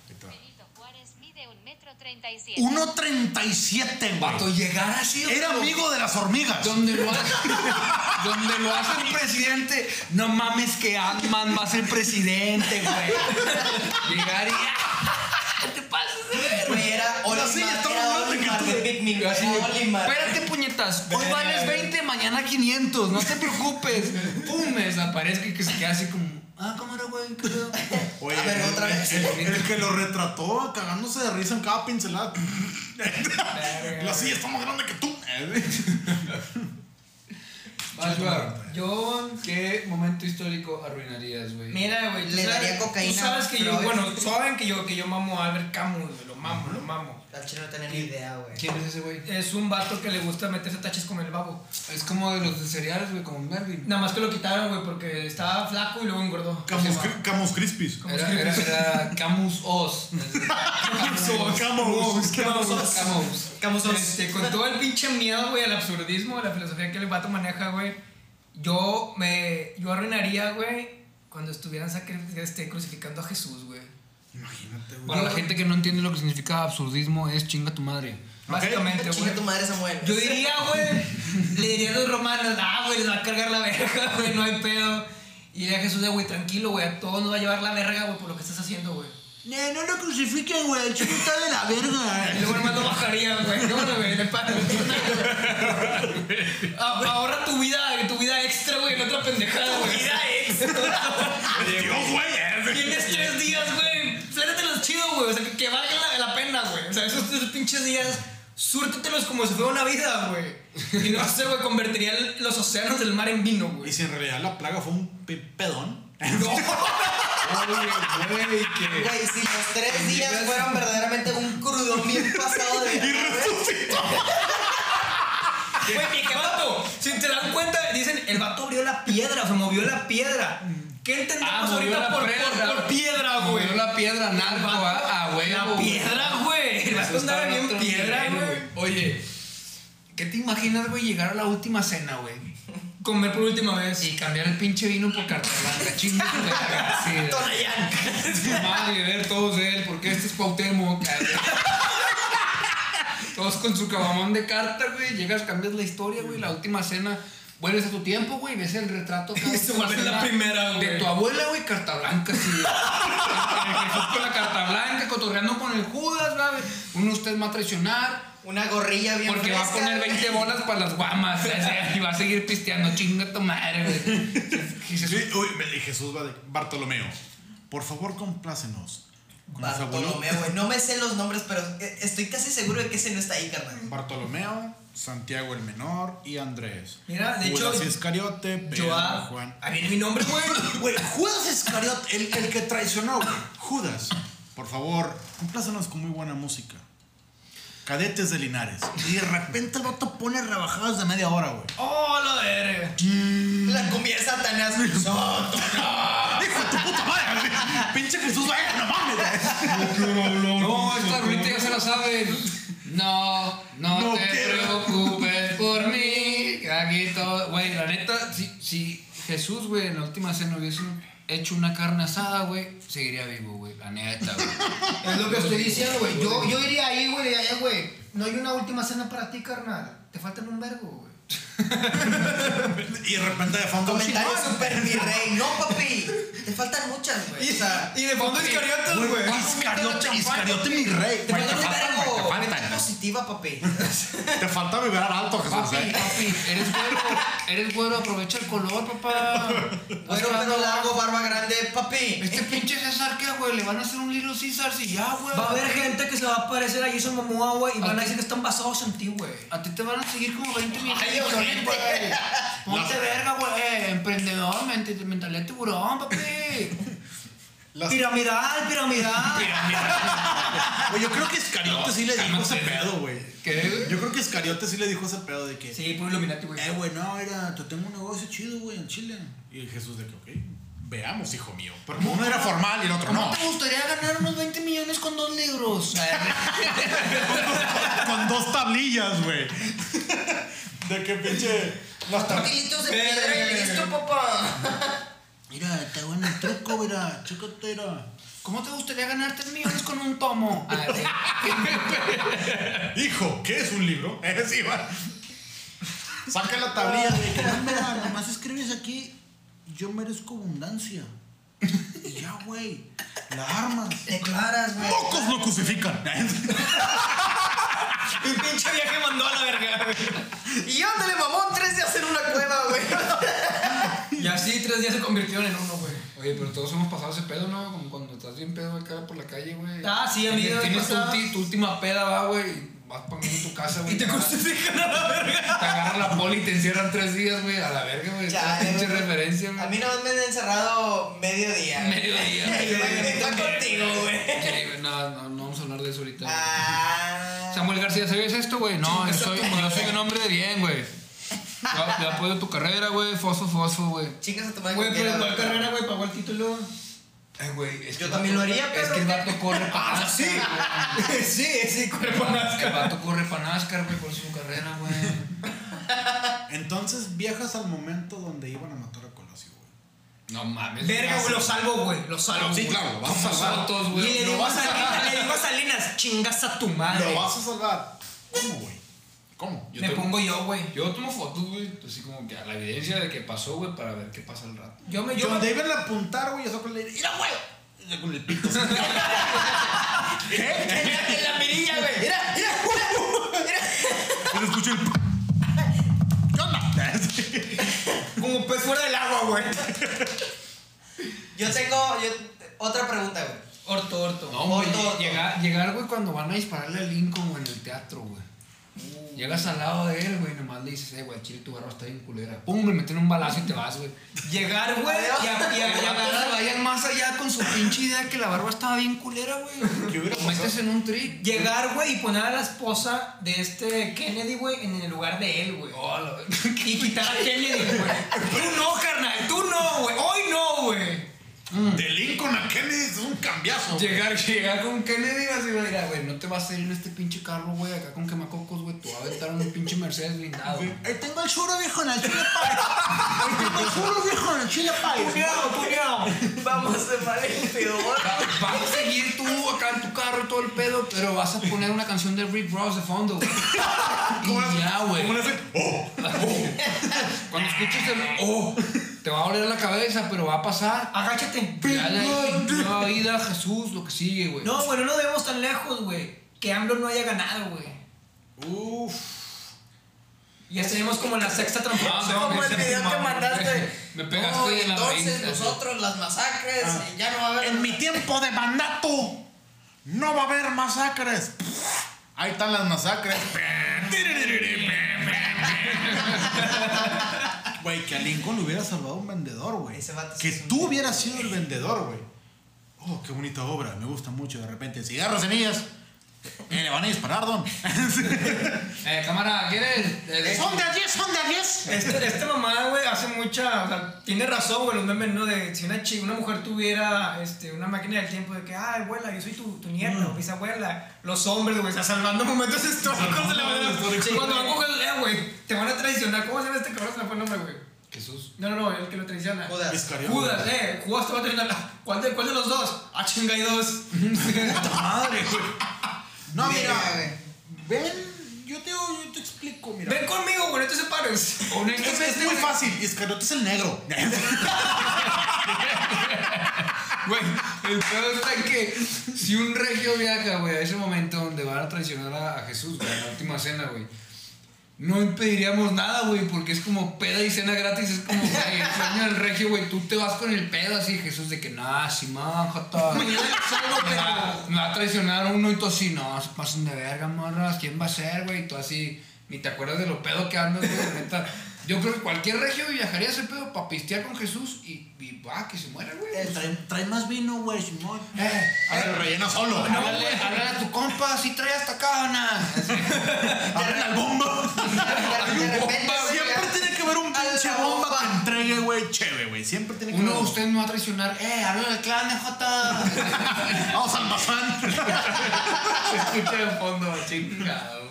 A: Ahí está.
G: Benito Juárez mide un metro treinta y siete.
F: 1.37,
C: Vato,
F: güey.
C: llegar así, güey.
F: Era amigo de las hormigas.
C: Donde lo hace. donde lo hace el presidente. No mames que Ant-Man va a ser presidente, güey. Llegar y. ¿Qué te pasas, de verga?
D: Güey, era
F: Pero sí,
D: Olimar,
F: estamos
D: era
F: hablando de que
D: Olimar,
F: tú-
D: de Big Me,
C: Yo así
D: era
C: de,
D: Olimar.
C: Espérate, puñetas. Hoy vales 20, mañana 500. No te preocupes. Pum, me desaparezco y que se queda así como. Ah, cámara, güey. ¿Qué pedo?
A: Oye,
D: A ver,
A: el-
D: otra
A: el-
D: vez.
A: El, el que lo retrató cagándose de risa en cada pincelada.
F: La silla está más grande que tú.
C: Vas, güey. Yo, ¿qué momento histórico arruinarías, güey?
E: Mira, güey. tú
D: Le
E: sabes-
D: daría cocaína
E: Tú sabes que yo,
D: Freud.
E: bueno, saben que yo, que yo mamo a Albert Camus, güey, Lo mamo, lo mamo.
D: Al chino no tenía ni idea, güey.
C: ¿Quién es ese güey?
E: Es un vato que le gusta meterse taches con el babo.
C: Es como de los de cereales, güey, como Melvin.
E: Nada más que lo quitaron, güey, porque estaba flaco y luego engordó.
A: Camus, Cri- Camus Crispis.
E: Camus
C: Era, era, era Camus Oz.
A: Camus.
E: Camus.
C: Camus.
D: Camus Oz.
E: Este, con todo el pinche miedo, güey, al absurdismo, a la filosofía que el vato maneja, güey. Yo me. Yo arruinaría, güey, cuando estuvieran sacri- este, crucificando a Jesús, güey.
A: Imagínate, güey.
C: Para la gente que no entiende lo que significa absurdismo, es chinga tu madre.
E: Básicamente,
D: Chinga
E: güey.
D: tu madre, Samuel.
E: Yo diría, güey, le diría a los romanos, ah, güey, les va a cargar la verga, güey, no hay pedo. Y diría a Jesús de, güey, tranquilo, güey, a todos nos va a llevar la verga, güey, por lo que estás haciendo, güey.
B: No, no lo crucifiquen, güey. El chico está de la
E: Y
B: verga.
E: luego hermano bajaría, güey, no, güey, le paro. Ahorra tu vida, tu vida extra, güey, en otra pendejada, güey. vida extra.
F: Dios, güey.
E: Tienes tres días, güey, los chido, güey, o sea, que, que valga la, la pena, güey. O sea, esos tres pinches días, súrtetelos como si fuera una vida, güey. Y no sé, güey, convertiría el- los océanos del mar en vino, güey.
A: Y si en realidad la plaga fue un pe- pedón.
C: Oye, güey, que.
D: Güey, si los tres días fueran verdaderamente un crudo bien pasado de verga, güey.
E: Güey, ¿y qué vato? Si te dan cuenta, dicen, el vato abrió la piedra, o sea, movió la piedra. ¿Qué entendemos
C: Ah, movió
E: ahorita
C: la
E: por, por-
C: piedra.
E: por piedra, güey?
C: Movió la piedra, narco, ah, ah, güey.
E: La piedra, güey. El
C: Eso
E: vato andaba
C: está en
E: bien
C: otro
E: piedra,
C: nivel,
E: güey.
C: Oye, ¿qué te imaginas, güey, llegar a la última cena, güey?
E: Comer por última vez.
C: Y cambiar el pinche vino por carta blanca, chingue tu verga, sí, de-
D: Tonayán.
C: Madre, ver todos de él, porque este es Cuauhtémoc. cabrón. todos con su cabamón de carta, güey. Llegas, cambias la historia, güey. La última cena. Vuelves a tu tiempo, güey. Ves el retrato. cabrón, de
E: Se vuelve la
C: cena
E: primera, güey.
C: De tu abuela, güey. Carta blanca, sí. güey. El Jesús con la carta blanca, cotorreando con el Judas, güey. Uno de ustedes va a traicionar.
D: Una gorrilla bien
C: Porque va a
D: fresca,
C: poner
D: güey.
C: 20 bolas para las guamas. ¿sabes? Y va a seguir pisteando. Chinga tu madre, güey. Jesús,
A: Sí, uy, y Jesús va de Bartolomeo. Por favor, complácenos.
D: Bartolomeo, güey. No me sé los nombres, pero eh, estoy casi seguro de que ese no está ahí, carnal.
B: Bartolomeo, Santiago el Menor y Andrés.
E: Mira, de hecho,
B: Judas Iscariote, Pedro,
E: Joab.
B: Juan.
E: ah, Ahí viene mi nombre, güey.
B: Güey, Judas Iscariote, el, el que traicionó, güey. Judas, por favor, complácenos con muy buena música. Cadetes de Linares. Y de repente el vato pone rebajadas de media hora, güey.
E: Oh, lo de verga.
D: La comida de Satanás.
B: ¡Hijo de tu puta madre! ¡Pinche Jesús, venga, no mames!
C: No, esta rolita ya se la saben. No, no,
B: No
C: te
B: quiero.
C: preocupes por mí. Aquí todo. Güey, la neta, si, si Jesús, güey, en la última cena hubiese hecho una carne asada, güey, seguiría vivo, güey. La neta, güey.
E: Es lo que estoy diciendo, güey. Yo, yo iría ahí, güey, allá, güey. No hay una última cena para ti, carnal. Te faltan un vergo, güey.
B: Y de repente de fondo.
D: Comentario super virrey. No, papi. Te faltan muchas, güey. O sea,
E: Y de fondo es cariotas, güey.
B: Iscariote, Iscariote, mi rey.
D: te faltan un vergo.
H: güey, te faltan.
D: positiva, papi.
B: Te falta vibrar alto, Jesús.
C: Papi,
B: ¿eh?
C: papi, eres güero. Eres güero, aprovecha el color, papá.
D: Bueno,
C: Estás
D: pero
C: dando-
D: largo, barba grande, papi.
C: Este pinche César, ¿qué, güey? Le van a hacer un Little César si ya, güey.
E: Va a haber gente que se va a parecer a Jason Momoa, güey, y van a decir que están basados en ti, güey.
C: A ti te van a seguir como 20 millones
D: Ay,
C: de
D: ojete.
C: personas, güey. Ponte verga, güey. Emprendedor, mente- mentalidad tiburón, papi.
E: Piramidal, piramidal.
B: Güey, yo creo que Iscariote sí le dijo ese pedo, güey.
C: ¿Qué?
B: Yo creo que Iscariote sí le dijo ese pedo de que.
E: Sí, por Illuminati, güey.
B: Eh, güey, no, era, te tengo un negocio chido, güey, en Chile. Y Jesús de que, ok, veamos, hijo mío. Pero uno era formal y el otro no.
C: ¿Te gustaría ganar unos 20 millones con dos libros?
B: Con dos tablillas, güey. De que pinche. Las tablillas.
D: Pilitos de piedra y listo, papá.
B: Mira, te hago un truco, mira, chécate, mira.
C: ¿Cómo te gustaría ganar 3 millones con un tomo? Ah, sí.
B: Hijo, ¿qué es un libro? Es Iván. Saca la tablilla.
I: de que no, mira, nomás escribes aquí, yo merezco abundancia. Y ya, güey, la armas.
D: Declaras, güey.
B: Pocos lo crucifican.
E: Un pinche viaje mandó a la verga,
D: Y ándale, mamón, tres de hacer una cueva, güey.
E: Y así tres días se convirtieron en uno, güey.
C: Oye, pero todos hemos pasado ese pedo, ¿no? Como cuando estás bien pedo acá por la calle, güey.
E: Ah, sí, a mí me
C: Tienes tu,
E: pasaba.
C: ulti- tu última peda, va, güey. y Vas pa' mí en tu casa, güey.
E: Y te justifican a la verga.
C: Te agarran la poli y te encierran tres días, güey. A la verga, güey.
D: Ya,
C: Esa Pinche
D: güey.
C: referencia,
D: A
C: güey.
D: mí nomás me han encerrado mediodía.
C: Mediodía, güey.
D: Está contigo, güey.
C: Sí, güey, No, no, no vamos a hablar de eso ahorita. güey.
D: Ah.
C: Samuel García, ¿sabías esto, güey? No, yo soy, yo soy un hombre de bien, güey. Ya, ya apoyo tu carrera, güey. Fosfo, fosfo, güey.
D: Chingas a tu madre.
E: Güey,
D: con
E: pero
D: quién
E: igual
D: hablas,
E: carrera, güey, pagó el título.
C: Ay, Eh, güey. es
D: Yo
C: que
D: también
C: el
D: lo
C: vato-
D: haría,
C: Es
D: pero- Ah,
C: que el vato corre para Nascar. Sí,
E: sí, sí, cuerpo
C: El vato corre para Nascar, güey, por su carrera, güey.
B: Entonces viajas al momento donde iban a matar a Colosio, güey.
C: No mames.
E: Verga, güey, lo salvo, güey. Lo salvo.
H: Sí,
E: güey.
H: claro, lo vas a
C: Los
H: salvar.
C: autos,
E: Y le
C: güey.
E: digo a Salinas, le digo a Salinas, chingas a tu madre.
B: Lo vas a salvar. ¿Cómo, güey? ¿Cómo?
C: Yo
E: Me
C: tomo-
E: pongo yo, güey.
C: Yo tomo fotos, güey. Así como que a la evidencia de que pasó, güey, para ver qué pasa al rato.
E: Yo me yo
B: Donde iban a apuntar, güey, yo saco le ¡Mira, güey! Y yo Con el pito. así. ¿Qué?
D: En la mirilla, güey. Mira, mira, mira, mira.
B: Pero escuché el. ¿Qué onda?
E: como pez fuera del agua, güey.
D: Yo tengo yo, otra pregunta, güey.
E: Orto, orto.
C: No, güey,
D: Orto, orto.
C: llegar, llegar, güey, cuando van a dispararle a Lincoln, güey, en el teatro, güey.
E: Uh.
C: Llegas al lado de él, güey, nomás le dices, eh, güey, al chile tu barba está bien culera. Pum, le meten un balazo y te vas, güey.
E: Llegar, güey, y a- y
C: Que
E: a- y
C: vatos
E: agarrar.
C: vayan más allá con su pinche idea que la barba estaba bien culera, güey.
B: ¿Qué hubiera
C: Lo metes en un trip.
E: Llegar, güey, y poner a la esposa de este Kennedy, güey, en el lugar de él, güey. Oh,
C: Hola,
E: Y quitar a Kennedy, güey. Tú no, carnal, tú no, güey. Hoy no, güey.
B: De Lincoln a Kennedy es un cambiazo. güey.
C: Llegar, llegar con Kennedy así, güey, mira, güey, no te vas a ir en este pinche carro, güey, acá con quemacocos, güey, tú vas a aventar un pinche Mercedes blindado. güey.
I: Ahí Eh, tengo el churro viejo en el chile pay. Ahí tengo el churro viejo en el chile pay.
E: Puñado, puñado.
D: Vamos de mal en peor.
C: Vas a seguir tú acá en tu carro y todo el pedo, pero vas a poner una canción de Rick Ross de fondo, güey. Y ya, güey.
B: ¿Cómo le hace? ¡Oh!
C: Cuando escuches el oh, te va a doler la cabeza, pero va a pasar.
E: Agáchate.
C: Ya le no vida a Jesús, lo que sigue, güey.
E: No, güey, no nos vemos tan lejos, güey. Que AMLO no haya ganado, güey.
B: Uf.
E: Ya tenemos como en la sexta
C: No,
E: transformación.
C: no,
D: Como el video que mandaste.
C: Me pegaste
D: No,
C: en la
D: entonces
C: raíz.
D: nosotros las masacres y ya no va a haber.
I: En mi tiempo de mandato
J: No va a haber masacres. Ahí están las masacres. Güey, que a Lincoln le hubiera salvado un vendedor, güey.
D: Ese vato sí
J: Que
D: es un
J: tú
D: genio,
J: hubieras sido el vendedor, güey. Oh, qué bonita obra, me gusta mucho. De repente, cigarros, semillas. Eh, le van a disparar, don.
C: Eh, cámara, ¿quieres? Eh,
J: son de a 10, son de a 10.
E: Este, esta mamá, güey, hace mucha. O sea, tiene razón, güey, los memes, ¿no? De si una chica, una mujer tuviera este, una máquina del tiempo de que, ay, abuela, yo soy tu, tu nieta
C: Mm.
E: o bisabuela. Los hombres, güey, o sea, salvando momentos históricos de la manera. Sí, Cuando van con el, eh, güey, te van a traicionar. ¿Cómo se llama este cabrón? Se me fue el nombre, güey.
C: Jesús.
E: No, no, no, el que lo traiciona.
D: Judas.
J: Iscariot.
E: Judas, eh, Judas te va a traicionar. ¿Cuál de, cuál de los dos? Ah, chinga, hay dos.
J: Madre, güey.
B: No,
D: Mira,
B: mira.
D: güey.
B: Ven, yo te, yo te explico, mira.
E: Ven conmigo, güey, no te
J: Es,
E: separes.
J: Este es muy fácil. Iscariote es el negro.
C: Güey, el pedo está que si un regio viaja, güey, a ese momento donde van a traicionar a, a Jesús, güey, en la última cena, güey. No impediríamos nada, güey, porque es como peda y cena gratis. Es como, güey, el sueño del regio, güey. Tú te vas con el pedo así, Jesús, de que, nah, si manjata. Me va- me va a traicionar uno y tú así, no, se pasan de verga, morras. ¿Quién va a ser, güey? Y tú así, ni te acuerdas de lo pedo que andas, güey, neta. Yo creo que cualquier regio viajaría a ese pedo para pistear con Jesús y, y va, que se muera, güey.
B: Eh, Trae, trae más vino, güey, Simón.
C: Eh,
J: A ver, rellena solo.
C: Háblale, háblale a tu compa, si trae hasta cana.
J: Abren al bombo.
D: De repente, güey,
J: Siempre
D: ya-
J: tiene que haber un pinche bomba que entregue, güey. Chévere, güey. Siempre tiene que
C: Uno de
J: haber.
C: ustedes me va a traicionar. Eh, háblale al clan de Jota.
J: Vamos al mazán.
C: Se escucha de fondo, chingado.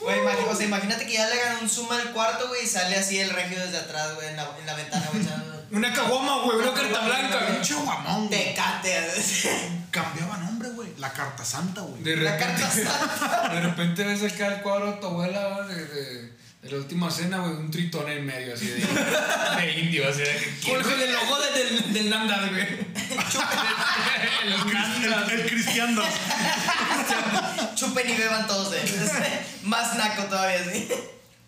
D: Güey, imagi- o
J: Uh.
D: sea, imagínate que ya le hagan un zoom al cuarto, güey, y sale así el regio desde atrás, güey, en la, en la ventana, güey, echando-
E: Una caguama, güey, una carta blanca. güey.
J: Pinche guamón, güey.
D: Tecate.
J: Cambiaba nombre, güey. La carta santa, güey.
C: De
D: La
C: repente,
D: carta santa.
C: de repente ves acá el cuadro de tu abuela ¿va? de, de, de la última cena, güey, un tritón en medio, así de, de indio, así de que.
E: Con el logo de- del, del Nandar, güey.
C: El
J: El,
C: clan,
J: el cristiano.
D: Chupen y beban todos de ellos. Más naco todavía, sí.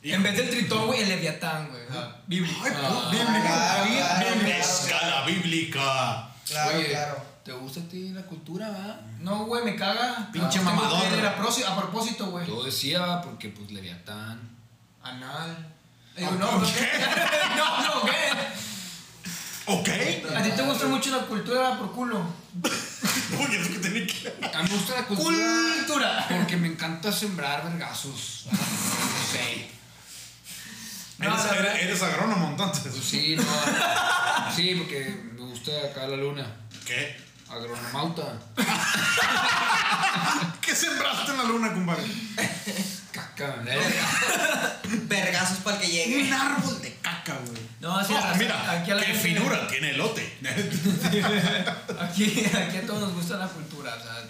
E: En vez del tritón, güey, el leviatán, güey. Bíblico. Ah,
D: Claro, claro,
J: Ah,
D: claro.
J: Escala bíblica.
D: Claro,
C: Oye,
D: claro.
C: ¿Te gusta a ti la cultura, va?
E: No, güey, me caga. Ah,
J: Pinche
E: Tengo
J: mamador.
E: que ir A, prosi- a propósito, güey.
C: Yo decía, ¿va? porque pues Leviatán.
E: Anal. Digo, no, no, ¿qué? no, no, ¿qué?
J: ¿Ok?
E: A ti te gusta mucho la cultura por culo.
J: Uy, es que tenía que.
C: A mí me gusta la cultura.
E: Cultura.
C: Porque me encanta sembrar vergazos. No sé.
E: No,
J: eres,
E: la verdad-
J: eres- eres agrónomo
C: Pues
J: entonces.
C: sí, no. Sí, porque me gusta acá la luna.
J: ¿Qué?
C: Agronomauta.
J: ¿Qué sembraste en la luna, compadre?
C: Caca,
D: Vergazos para el que llegue.
J: Un árbol de caca, güey.
E: No, sí,
J: No,
E: raza,
J: mira,
E: aquí a la
J: qué
E: gente-
J: finura tiene el lote.
E: Aquí, aquí a todos nos gusta la cultura, o sea.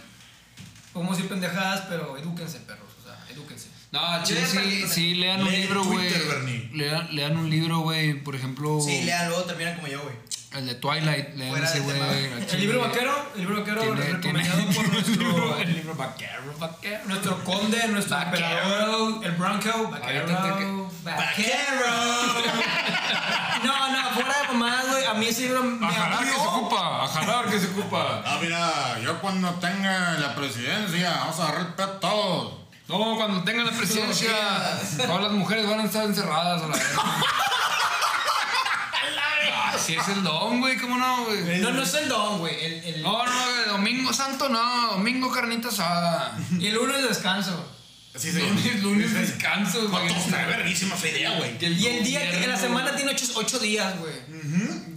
E: Podemos decir pendejadas, pero edúquense, perros, o sea, edúquense.
C: No, al chile
D: Yo ya
C: sí,
D: perdí.
C: sí, lean un
J: Lee
C: libro, güey.
J: Twitter, Bernie.
C: Lean, lean un libro, güey. Por ejemplo,
D: Sí, lean, luego terminan como yo, güey.
C: el de Twilight. Lean
D: Fuera
C: ese,
D: de
C: güey.
D: tema.
C: al
E: El
C: chile.
E: libro vaquero, el libro vaquero
C: Tiene-
E: recomendado
C: tiene-
E: por
C: el libro-
E: nuestro,
C: el libro vaquero, vaquero.
E: nuestro conde, nuestro
C: Vaquero.
E: emperador, el Bronco,
C: Ahorita te
E: vaquero, vaquero. No, no, fuera de mamadas, güey, a mí ese libro me
C: A jalar que se
E: abrió.
C: ocupa, a jalar que se ocupa.
F: Ah, mira, yo cuando tenga la presidencia, vamos a agarrar el pedo a todos.
C: No, cuando tengan la presidencia, todas las mujeres van a estar encerradas a la verga. Ah, sí es el don, güey, ¿cómo no, güey?
E: No, no es el don, güey, el, el-
C: No, no, güey, domingo santo no, domingo carnita asada.
E: y el lunes descanso.
J: Así se
C: Lunes, lunes descanso, güey.
J: Vato, está verguísima esa idea, güey.
C: el
E: Y el día, que
C: gobierno-
E: la semana tiene ocho, ocho días, güey.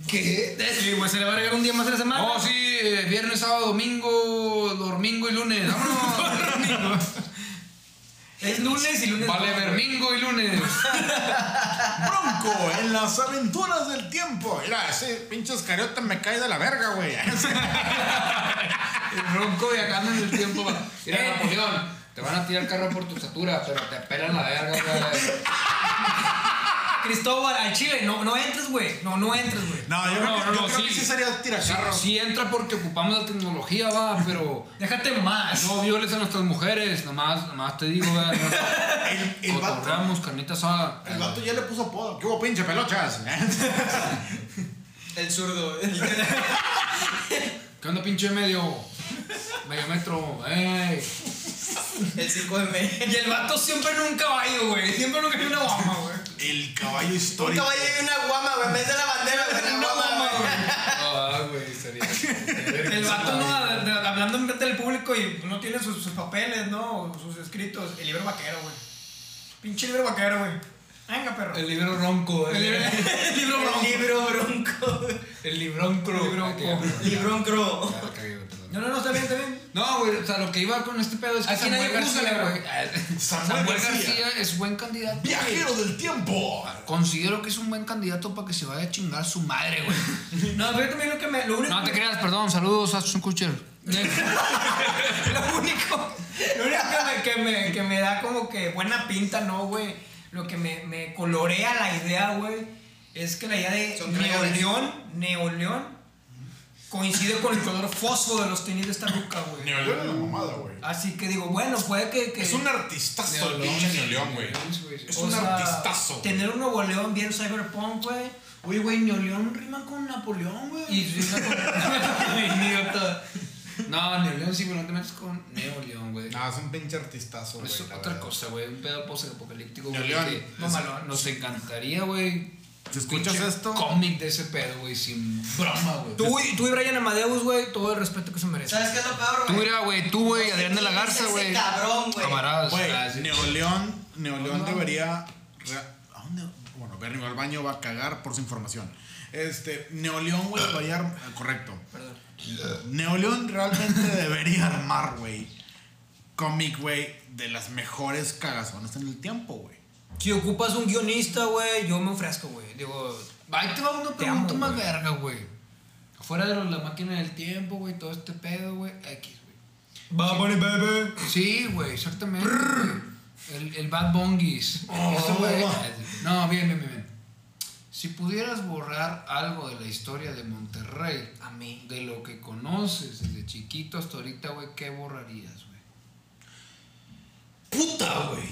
C: ¿Qué?
E: Sí, güey, se le va a agregar un día más a la semana.
C: No, sí, eh, viernes, sábado, domingo, domingo y lunes. Vámonos.
E: Es lunes y lunes.
C: vale,
E: no, güey.
C: vermingo y lunes.
J: Bronco en las aventuras del tiempo.
F: Mira, ese pinche escariote me cae de la verga, güey.
C: El ronco viajando en el tiempo. va.
E: Eh.
C: Mira, Napoleón, te van a tirar carro por tu estatura, pero te pelan la verga, güey.
E: Cristóbal, al chile, no, no entres, güey. No, no entres, güey.
J: No, yo creo, que,
C: No, no,
J: yo
C: no,
E: Oh,
J: creo
C: sí.
J: que sí sería tiracarros.
C: Sí entra porque ocupamos la tecnología, va, pero
E: Déjate más.
C: no violes a nuestras mujeres. Nomás, nomás te digo, güey.
J: El, el vato,
C: Cotorramos, carnita asada.
J: el vato ya le puso apodo.
F: ¿Qué hubo, pinche pelochas?
D: El zurdo.
C: ¿Qué onda, pinche medio? Medio metro, ey.
D: El 5 de mayo.
E: Y el vato siempre en un caballo, güey. Siempre nunca en una guama, güey.
J: El caballo
D: Un
J: histórico.
D: caballo y una guama, güey. En vez de la bandera, güey. Una
E: Una
D: guama,
E: guama,
D: güey.
C: Ah, güey, estaría.
E: El vato no, de- de- hablando en frente del público y no tiene sus, sus papeles, ¿no? O Sus escritos. El libro vaquero, güey. Pinche libro vaquero, güey. Venga, perro.
C: El libro ronco,
E: El libro,
C: eh.
E: el libro
D: El
E: bronco.
D: libro bronco.
C: El librón cro.
E: El librón
C: Ah, que
E: cro.
C: ya, ya,
D: Librón cro.
C: ya la cagué, güey, perdón.
E: No, no, no, está bien, está bien.
C: No, güey, o sea, lo que iba con este pedo es que
E: Aquí nadie
C: Samuel García,
E: juzga,
C: güey. eh,
J: Samuel
C: Samuel
J: García.
C: García es buen candidato. güey.
J: Viajero del tiempo.
C: Considero que es un buen candidato para que se vaya a chingar a su madre, güey.
E: No, pero yo también lo que me. Lo único,
C: No te creas, perdón. Saludos a Ashton Kutcher.
E: lo único, lo único que, me, que, me, que me da como que buena pinta, ¿no, güey? Lo que me, me colorea la idea, güey, es que la idea de
D: Son crayones.
E: neoleón, neoleón, coincide con el color fosfo de los tenis de esta ruca, güey.
A: Neoleón es la mamada, güey.
E: Así que digo, bueno, puede que... que
A: Es un artistazo el pinche Neoleón, güey. Es un artistazo. güey.
E: Tener un nuevo león bien cyberpunk, güey.
C: Oye, güey, Neoleón rima con Napoleón, güey.
E: Y... Idiota.
C: No, Neoleón sí, güey, no te metes con Neoleón, güey.
A: Ah, es un pinche artistazo, güey.
C: es
A: la
C: otra
A: verdad.
C: cosa, güey. Un pedo post-apocalíptico, güey.
F: Neoleón.
C: que
E: Mamalón.
C: Nos encantaría, güey.
F: Si escuchas
C: Pinche
F: esto-
C: Cómic de ese pedo, güey, sin broma, güey.
E: Tú y, tú y Brian Amadeus, güey, todo el respeto que se merece.
D: ¿Sabes qué es lo peor,
C: Tú,
D: güey?
C: mira, güey, tú, güey, Adrián de la Garza,
D: Ese
C: güey.
D: cabrón, güey.
C: Camaradas. ah, sí.
F: Güey, Neoleón, Neoleón debería. re- ¿A dónde? Bueno, Bernie Albaño va a cagar por su información. Este, Neoleón, güey, debería. arm- ah, Correcto. Neoleón realmente debería armar, güey. Cómic, güey, de las mejores cagazones en el tiempo, güey.
E: Si ocupas un guionista, güey, yo me ofrezco, güey. Digo,
C: Ahí te va una
E: Te
C: pregunta
E: amo,
C: más
E: güey.
C: verga, güey. Fuera de lo- la máquina del tiempo, güey, todo este pedo, güey. X, güey.
E: va Bunny Baby.
C: Sí, güey, exactamente. el, el Bad Bongis. Eso, güey. No, bien, bien, bien, bien. Si pudieras borrar algo de la historia de Monterrey,
E: A mí.
C: de lo que conoces desde chiquito hasta ahorita, güey, ¿qué borrarías, güey?
J: Puta, güey.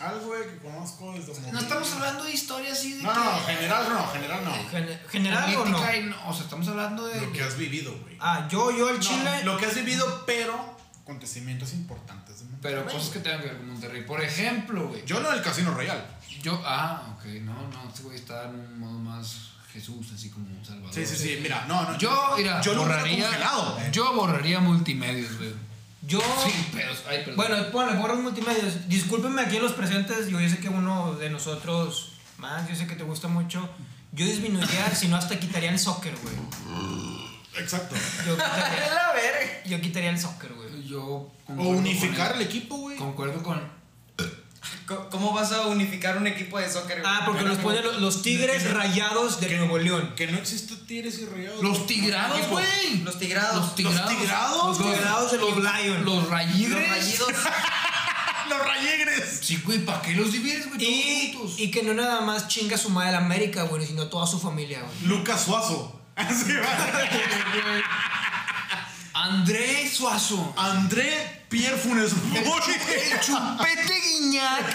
A: Algo, güey, que conozco desde
C: No estamos hablando de historia así de
A: No, no, no, general no, general no.
E: Gen- ¿General o no?
C: política y no- O sea, estamos hablando de.
A: Lo que has vivido, güey.
E: Ah, yo, yo, el chile.
A: Lo que has vivido, pero acontecimientos importantes de Monterrey.
C: Pero cosas que tengan que ver con Monterrey. Por ejemplo, güey.
A: Yo no del Casino Royal.
C: Yo, ah, ok, no, no, este güey está en un modo más Jesús, así como un Salvador.
A: Sí, sí, sí, mira, no, no.
C: Yo, mira,
A: yo lo hubiera
C: borraría.
A: congelado. eh.
C: Yo borraría multimedios, güey.
E: Yo.
C: Sí, pero. Ay, perdón.
E: Bueno, ponle, borro multimedios. Discúlpenme aquí los presentes. Yo, yo sé que uno de nosotros más, yo sé que te gusta mucho. Yo disminuiría, si no, hasta quitaría el soccer, güey.
A: Exacto.
E: Yo quitaría,
D: La verga.
E: yo quitaría el soccer, güey.
C: yo.
A: O
C: concuerdo
A: unificar
C: con
A: el equipo,
C: él.
A: güey.
C: Concuerdo con.
D: Co- ¿Cómo vas a unificar un equipo de soccer, güey?
E: Ah, porque los ponen los, los tigres rayados de Nuevo León.
A: Que no existe Tigres y Rayados.
C: Los tigrados, güey.
D: Los tigrados.
C: Los tigrados.
A: Los tigrados,
E: Los dorados de los Lions.
C: Los
D: Los
C: rayigres.
D: rayidos.
A: Ah, los Rayegres.
C: Sí, güey, ¿para qué los divides, güey?
E: Y,
C: Todos juntos.
E: y que no nada más chinga su madre la América, güey, sino toda su familia, güey.
A: Lucas Suazo. Así Ah, va.
C: André Suazo.
A: André Pierre Funes Mori.
C: Chupete
A: Ah,
C: Guiñac.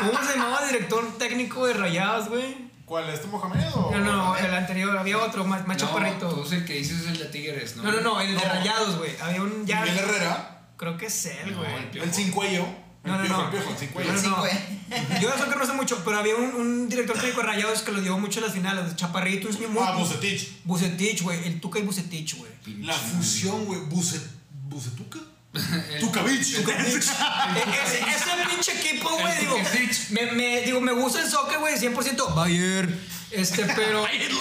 E: ¿Cómo se llamaba el director técnico de Rayados, güey?
A: ¿Cuál? ¿Este Mohamed o.?
E: No, no, el anterior, había otro, más, más
C: Tú
E: chaparrito.
C: es el que dices el de Tigres, ¿no?
E: No, no, no, el de Rayados, güey. Había un ya.
A: Miguel Herrera.
E: Creo que es él,
C: No, el
E: güey.
C: Piojo.
A: El Cincuello.
E: No, no,
A: El Piojo,
E: no.
A: El Piojo, el Cincuello.
E: No, no,
D: Sí,
E: no.
D: güey.
E: Yo eso que no sé mucho, pero había un, un director técnico de Rayados que lo dio mucho en las finales. de Chaparrito, es mi
A: Ah,
E: muy-
A: Bucetich.
E: Bucetich, güey. El Tuca y Bucetich, güey.
A: La fusión, güey. Bucet... ¿Bucetuca?
C: El-
A: Tucavich.
E: E- Ese, ese pinche equipo, güey,
C: El
E: digo,
C: Tuquecich.
E: me, me, digo, me gusta el soccer, güey, 100%. Bayern. Este, pero. Bayern.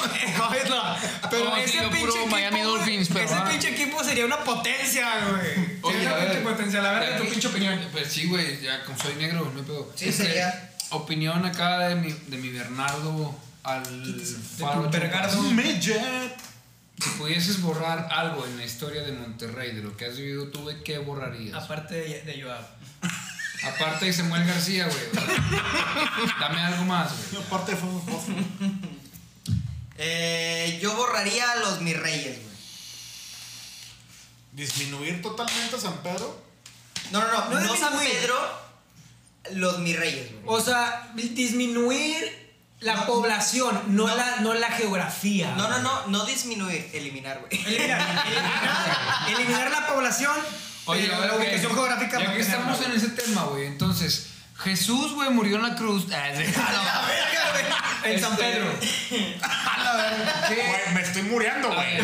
E: pero
C: No,
E: ese
C: digo,
E: pinche
C: puro
E: equipo.
C: Miami
E: güey,
C: Dolphins, pero,
E: ese
C: ah.
E: pinche equipo sería una potencia, güey.
C: Oye,
E: Sería
C: a
E: una
C: ver.
E: pinche potencia, la verdad, tu pinche opinión.
C: Pues sí, güey, ya como soy negro, no pego.
D: Sí, sería.
C: Opinión acá de mi, de mi Bernardo al. Faro
E: tu Bergardo.
C: Chumpas.
A: Midget.
C: Si pudieses borrar algo en la historia de Monterrey, de lo que has vivido tú, güey, ¿qué borrarías?
E: Aparte de, de ayudar.
C: Aparte de Samuel García, güey. o sea, Dame algo más, güey.
A: Aparte fue un fósforo.
D: Eh, yo borraría a los mis reyes, güey.
A: Disminuir totalmente a San Pedro.
D: No, no, no.
E: No
D: No,
E: es
D: San
E: ningún-
D: Pedro. Los mis reyes, güey.
E: O sea, disminuir La
D: No.
E: población, no,
D: No.
E: La, no la geografía.
D: No, no, no, no disminuir, eliminar, güey.
E: Eliminar, eliminar, eliminar la población.
C: Oye,
E: pero
C: a ver,
E: la
C: ok.
E: ubicación geográfica.
C: Ya que
E: mantenerla,
C: estamos en
E: güey.
C: ese tema, güey. Entonces, Jesús, güey, murió en la cruz. Ah, sí.
E: En San
C: Este,
E: Pedro.
F: Güey, me estoy muriendo, güey.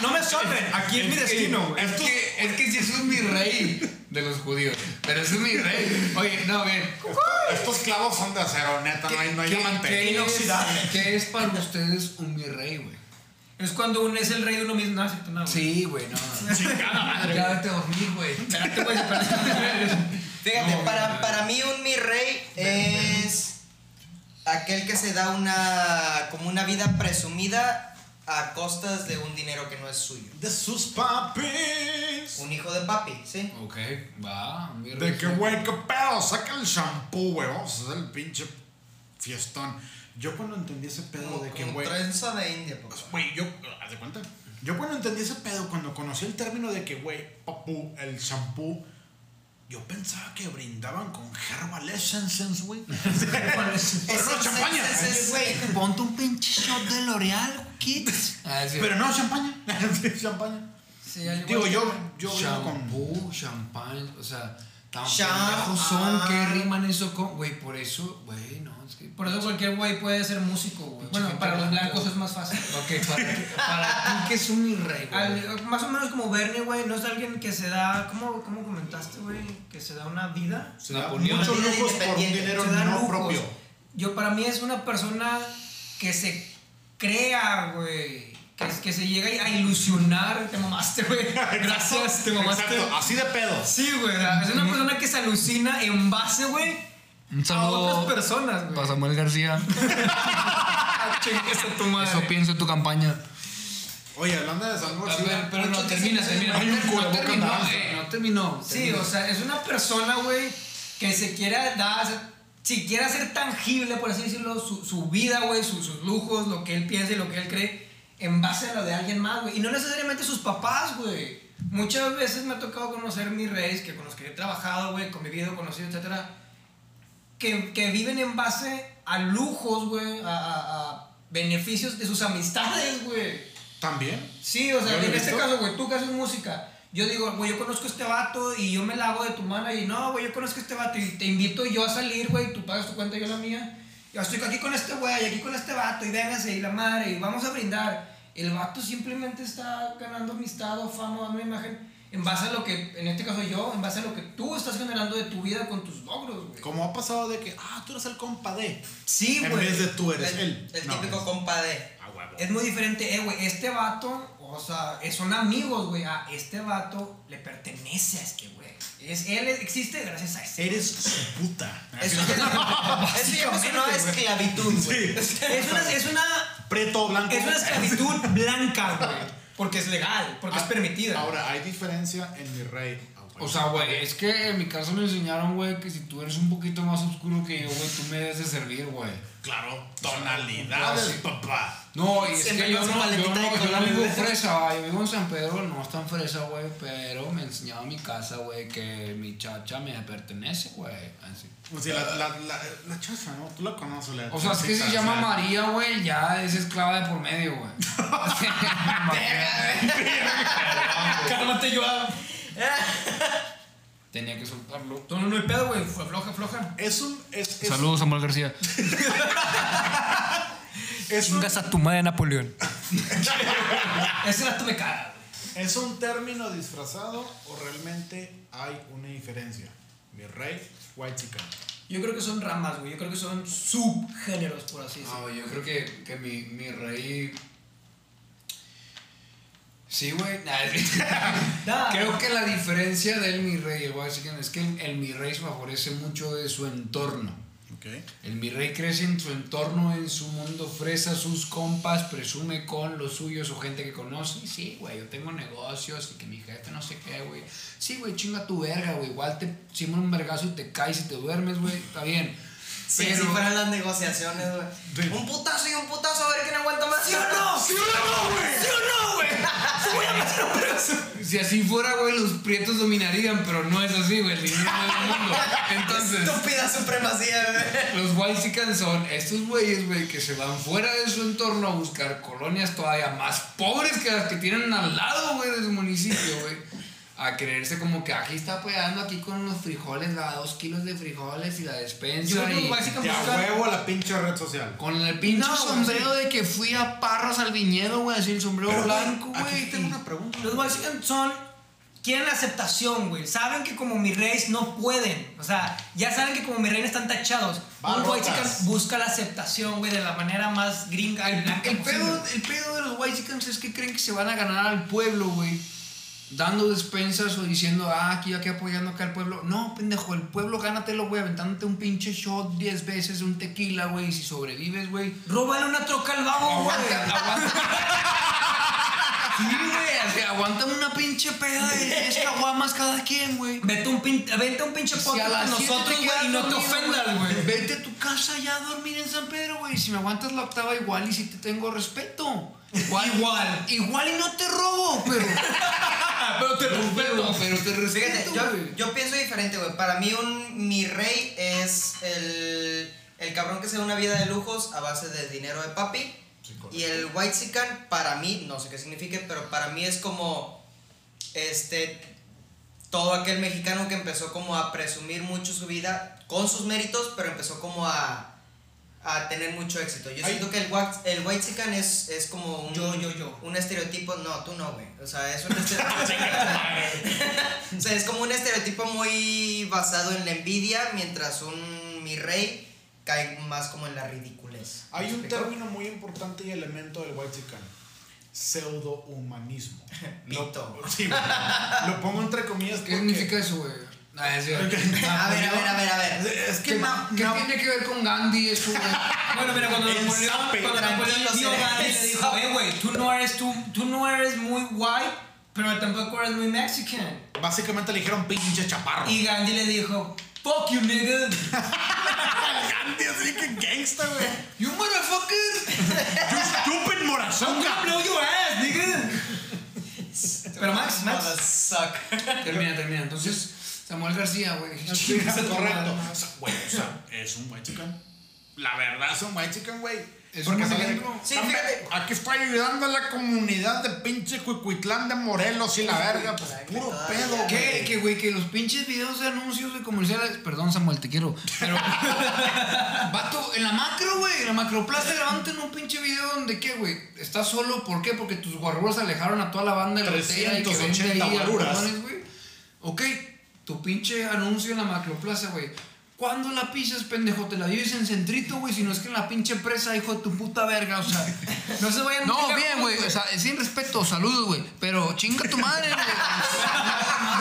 E: No me solven. Aquí es mi destino, güey.
C: Es que, es que Jesús es mi rey de los judíos. Pero es mi rey. Oye, no, bien.
F: Estos clavos son de acero, neta, no hay, no hay diamante.
C: qué es-
E: inoxidable.
C: ¿Qué es para ustedes un mi rey, güey?
E: Es cuando uno es el rey de uno mismo. No, es cierto, no, güey.
C: Sí, güey, no. Chingada madre. Ya vete a dormir, güey.
E: Espérate, güey, espérate.
D: Fíjate,
C: No,
D: para,
C: güey.
D: para mí un mi rey es aquel que se da una como una vida presumida a costas de un dinero que no es suyo.
A: De sus papis.
D: Un hijo de papi, ¿sí?
C: Ok, va. un mi rey.
F: De que, güey, qué pedo, saca el shampoo, güey. Vamos a hacer el pinche fiestón. Yo cuando entendí ese pedo
D: Como,
F: de que,
D: como
F: güey. Pues,
D: trenza de India, papá.
F: Güey, yo, haz de cuenta. Yo cuando entendí ese pedo, cuando conocí el término de que, güey, papu, el shampoo, yo pensaba que brindaban con Herbal Essences, güey. Pero no, champaña.
D: es- es- es- güey.
C: Ponte un pinche shot de L'Oreal, kids. Ah, sí.
F: Pero no, champaña. champaña.
E: Sí, al igual
F: Digo,
E: que-
F: yo, yo vengo con.
C: Shampoo, champán, o sea, tan
D: Champán.
C: pendejos son que riman eso con. Güey, por eso, güey, no, es que.
E: Por eso cualquier güey puede ser músico, güey. Bueno,
C: gente
E: para los
C: blanca,
E: blancos
C: güey.
E: es más fácil.
C: Ok, para, ti- para ti que es un rey, güey.
E: Al- más o menos como Bernie, güey, no es alguien que se da, ¿cómo, cómo comentaste, güey? Que se da una vida.
F: Se da
C: Napoleón.
F: muchos
D: Vida
F: lujos por un
D: independiente.
F: dinero
E: se da
F: no
E: lujos.
F: propio.
E: Yo para mí es una persona que se crea, güey. Que, es- que se llega a ilusionar. Te mamaste, güey. Gracias, te mamaste.
C: Este-
F: Exacto, así de pedo.
E: Sí, güey. Es una persona que se alucina en base, güey,
C: Un
E: a
C: saludo
E: otras personas,
C: para
E: güey. Ah,
C: Samuel García.
E: Chingues a tu
C: Eso
E: madre.
C: pienso en tu campaña.
F: Oye, hablando de San García.
C: pero no, termina, termina.
F: Hay un culo,
C: no terminó,
F: boca
C: eh, no terminó.
E: Sí, o sea, es una persona, güey, que se quiera dar, si quiere hacer tangible, por así decirlo, su, su vida, güey, su- sus lujos, lo que él piensa y lo que él cree, en base a lo de alguien más, güey. Y no necesariamente sus papás, güey. Muchas veces me ha tocado conocer mis reyes, que con los que he trabajado, güey, convivido, conocido, etcétera, que, que viven en base a lujos, güey, a, a- a beneficios de sus amistades, güey.
F: También.
E: Sí, o sea,
F: Yo lo
E: en
F: he
E: este
F: visto.
E: caso, güey, tú que haces música. Yo digo, güey, yo conozco a este vato y yo me la hago de tu mano y no, güey, yo conozco a este vato y te invito yo a salir, güey, tú pagas tu cuenta y yo la mía. Yo estoy aquí con este güey, aquí con este vato y véngase y la madre y vamos a brindar. El vato simplemente está ganando amistad o fama, dando imagen en base a lo que, en este caso yo, en base a lo que tú estás generando de tu vida con tus logros, güey.
F: Como ha pasado de que, ah, tú eres el compa de.
E: Sí,
F: en
E: güey.
F: vez de tú
D: El,
F: eres él.
D: el
F: No,
D: típico compadre.
F: Ah, huevo.
E: Es muy diferente, eh, güey, este vato, o sea, eh, son amigos, güey, a este vato le pertenece a este güey. Es, él existe gracias a este.
F: Eres su puta.
D: Eso ya, eso ya no es una esclavitud, güey.
E: Es una, es una,
F: Preto blanco.
E: es una esclavitud blanca, güey, porque es legal, porque es
F: Ah,
E: permitida.
F: Ahora, hay diferencia en mi rey. Ah,
C: O sea, güey, es que en mi caso me enseñaron, güey, que si tú eres un poquito más oscuro que yo, güey, tú me debes de servir, güey.
F: claro, tonalidades,
C: pues Sí.
F: papá.
C: No, y es
D: Siempre
C: que yo
D: con su
C: no, yo
D: paletita
C: no,
D: de
C: yo no
D: colores,
C: vivo
D: güey.
C: fresa, va, yo vivo en San Pedro, no es tan fresa, güey, pero me enseñaba en mi casa, güey, que mi chacha me pertenece, güey. Así.
F: O sea, Pues la, la, la, la chafa, ¿no? Tú la conoces, la
C: O sea, es que si
F: chafita,
C: se llama
F: o sea,
C: María, güey, ya es esclava de por medio, güey.
E: Ah, Cálmate, yo.
C: Tenía que soltarlo.
E: No, no, no hay pedo, güey, fue floja, floja.
F: Es un. Es, es,
C: Saludos, Samuel García.
F: es un,
E: a tu madre, Napoleón. Ese vato me caga, güey.
F: ¿Es un término disfrazado o realmente hay una diferencia? Mi rey, white chica.
E: Yo creo que son ramas, güey, yo creo que son subgéneros, por así decirlo.
C: No, yo creo que, que mi, mi rey. Sí, güey. Nah, es-
E: Nah.
C: creo que la diferencia del mi rey, el Washington, es que el, el mi rey se favorece mucho de su entorno.
F: Ok.
C: El mi rey crece en su entorno, en su mundo, fresa sus compas, presume con los suyos o gente que conoce. Y Sí, güey, yo tengo negocios y que mi jefe no sé qué, güey. Sí, güey, chinga tu verga, güey. Igual te siembra un vergazo y te caes y te duermes, güey. Está bien.
D: Si así fueran las negociaciones, güey. Un putazo y un putazo, a ver quién aguanta más.
E: ¿Sí o no? ¿Sí o no, güey? ¿Sí o no, güey?
C: Sí, si así fuera, güey, los prietos dominarían, pero no es así, güey, el dinero del mundo. Entonces,
D: Estúpida supremacía, güey.
C: los Whitexicans son estos güeyes, güey, que se van fuera de su entorno a buscar colonias todavía más pobres que las que tienen al lado, güey, de su municipio, güey. A creerse como que aquí está apoyando aquí con los frijoles, la dos kilos de frijoles y la
E: Yo
C: despensa.
E: creo que
C: y-
E: los Whitexicans
A: De a
E: buscan-
A: huevo a la pinche red social.
C: con el pinche
E: No, güey,
C: sombrero de que fui a Parras al viñedo, güey, así el sombrero blanco, güey. y-
F: pregunta.
E: Los Washington son. Quieren aceptación, güey. Saben que como mi rey no pueden. O sea, ya saben que como mi rey están tachados. Un
A: Barrocas.
E: Whitexican busca la aceptación, güey, de la manera más gringa y blanca
C: El
E: Ah, posible.
C: pedo, el pedo de los Whitexicans es que creen que se van a ganar al pueblo, güey. Dando despensas o diciendo, ah, aquí, aquí apoyando acá al pueblo. No, pendejo, el pueblo gánatelo, güey, aventándote un pinche shot 10 veces, un tequila, güey, y si sobrevives, güey.
E: Róbale una troca al vago, güey.
C: Aguanta, aguanta. Sí, güey, así, aguántame una pinche peda de 10 caguamas cada quien, güey.
E: Vete un, pin, vete un pinche
C: Si a
E: podcast
C: las
E: con
C: siete
E: nosotros,
C: te
E: güey, y
C: quedas
E: no te
C: dormido,
E: ofendas, güey.
C: Vete a tu casa ya a dormir en San Pedro, güey. Si me aguantas la octava igual y si te tengo respeto. Igual,
E: Igual.
C: Igual y no te robo, pero.
E: pero te
C: pero,
E: respeto.
C: pero te
D: Pues Fíjate,
C: respeto.
D: yo,
C: güey.
D: yo pienso diferente, güey. Para mí, un mi rey es el, el cabrón que se da una vida de lujos a base de dinero de papi. Y el white para mí, no sé qué signifique, pero para mí es como este todo aquel mexicano que empezó como a presumir mucho su vida con sus méritos, pero empezó como a, a tener mucho éxito. Yo siento que el, wa- el white es, es como un,
E: Yo, yo, yo.
D: un estereotipo. No, tú no, güey. O sea, es un estereotipo. o sea, es como un estereotipo muy basado en la envidia, mientras un mi rey cae más como en la ridiculez. ¿Me
F: Hay un
D: explico?
F: término muy importante y elemento del white chican. Pseudo-humanismo.
D: Mito.
F: Lo, sí, güey. Lo pongo entre comillas
C: ¿Qué
F: porque...
C: significa eso, güey? Ah, es cierto.
D: A ver, a ver, a ver, a ver.
F: Es
C: ¿Qué,
F: que ma-
C: qué
F: ma-
C: tiene que ver con Gandhi eso, güey?
E: Bueno, mira, cuando
F: El
E: Napoleón,
F: zape.
E: cuando Napoleón
D: Tranquilo,
E: vio
D: será.
E: Gandhi le dijo, eh, güey, tú no eres, tú, tú no eres muy white, pero tampoco eres muy mexican.
F: Básicamente le dijeron pinche chaparro.
E: Y Gandhi le dijo, fuck you, nigga.
F: Gandhi, así que gangsta, güey.
C: You motherfucker.
F: You
J: Ah,
F: stupid
E: I'm
F: morazonga.
E: gonna blow your ass, nigga. Pero Max, Max.
C: Termina, termina. Entonces, Samuel García, güey.
F: Sí, correcto. O sea, Güey, o sea, es un white chican. La verdad es un white chican, güey.
C: Es
F: Porque
C: un
F: se
C: white
F: ven-
C: chican.
D: Sí,
F: también,
D: fíjate.
F: Aquí estoy ayudando a la comunidad de pinche Cuicuitlán de Morelos y la verga. Pues
D: Ay,
F: puro
D: todavía.
F: pedo, güey.
C: ¿Qué? Que, güey, que los pinches videos de anuncios de comerciales. Perdón, Samuel, te quiero. Pero. Vato, en la macro, güey. En la macroplaza grabaron un pinche video donde, ¿qué, güey? Estás solo, ¿por qué? Porque tus guarruras alejaron a toda la banda de la botella y que vende
F: 380
C: ahí
F: guaruras.
C: algodones, güey. Ok, tu pinche anuncio en la macroplaza, güey. ¿Cuándo la pisas, pendejo? Te la vives en centrito, güey. Si no es que en la pinche presa, hijo de tu puta verga, o sea.
E: No se vayan
C: No,
E: nunca
C: bien, güey.
E: juntos,
C: O sea, sin respeto, saludos, güey. Pero chinga tu madre, güey.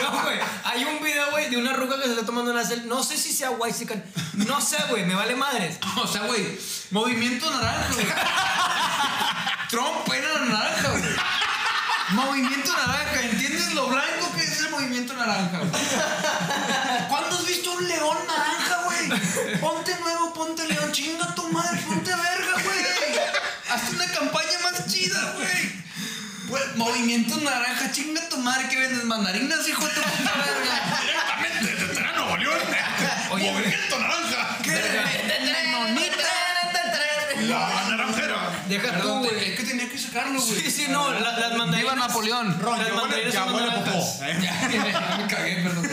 E: No, güey. Hay un video, güey, de una ruca que se está tomando una selfie. No sé si sea white chican. No sé, güey. Me vale madres.
C: O sea, güey, movimiento naranja, güey. Trump era naranja, güey. Movimiento naranja, ¿entiendes lo blanco que es el movimiento naranja? güey? ¿Cuándo has visto un león naranja, güey? Ponte nuevo, ponte león, chinga tu madre, ponte verga, güey. Haz una campaña más chida, güey. Güey, movimiento naranja, chinga tu madre que vendes mandarinas, hijo de tu puta verga.
F: Directamente desde Nuevo León.
C: Oye,
F: Movimiento naranja. La naranjera.
E: Deja tú,
C: Perdón,
E: güey.
C: es que tenía que sacarlo, güey.
E: Sí, sí, no. la- las
C: Ah,
E: mandarinas.
C: Viva Napoleón.
F: Ron,
E: Las
F: ya huele,
E: mandarinas
F: ya
E: son
F: huele
E: naranjas.
F: popó. ¿eh?
C: me cagué, perdón.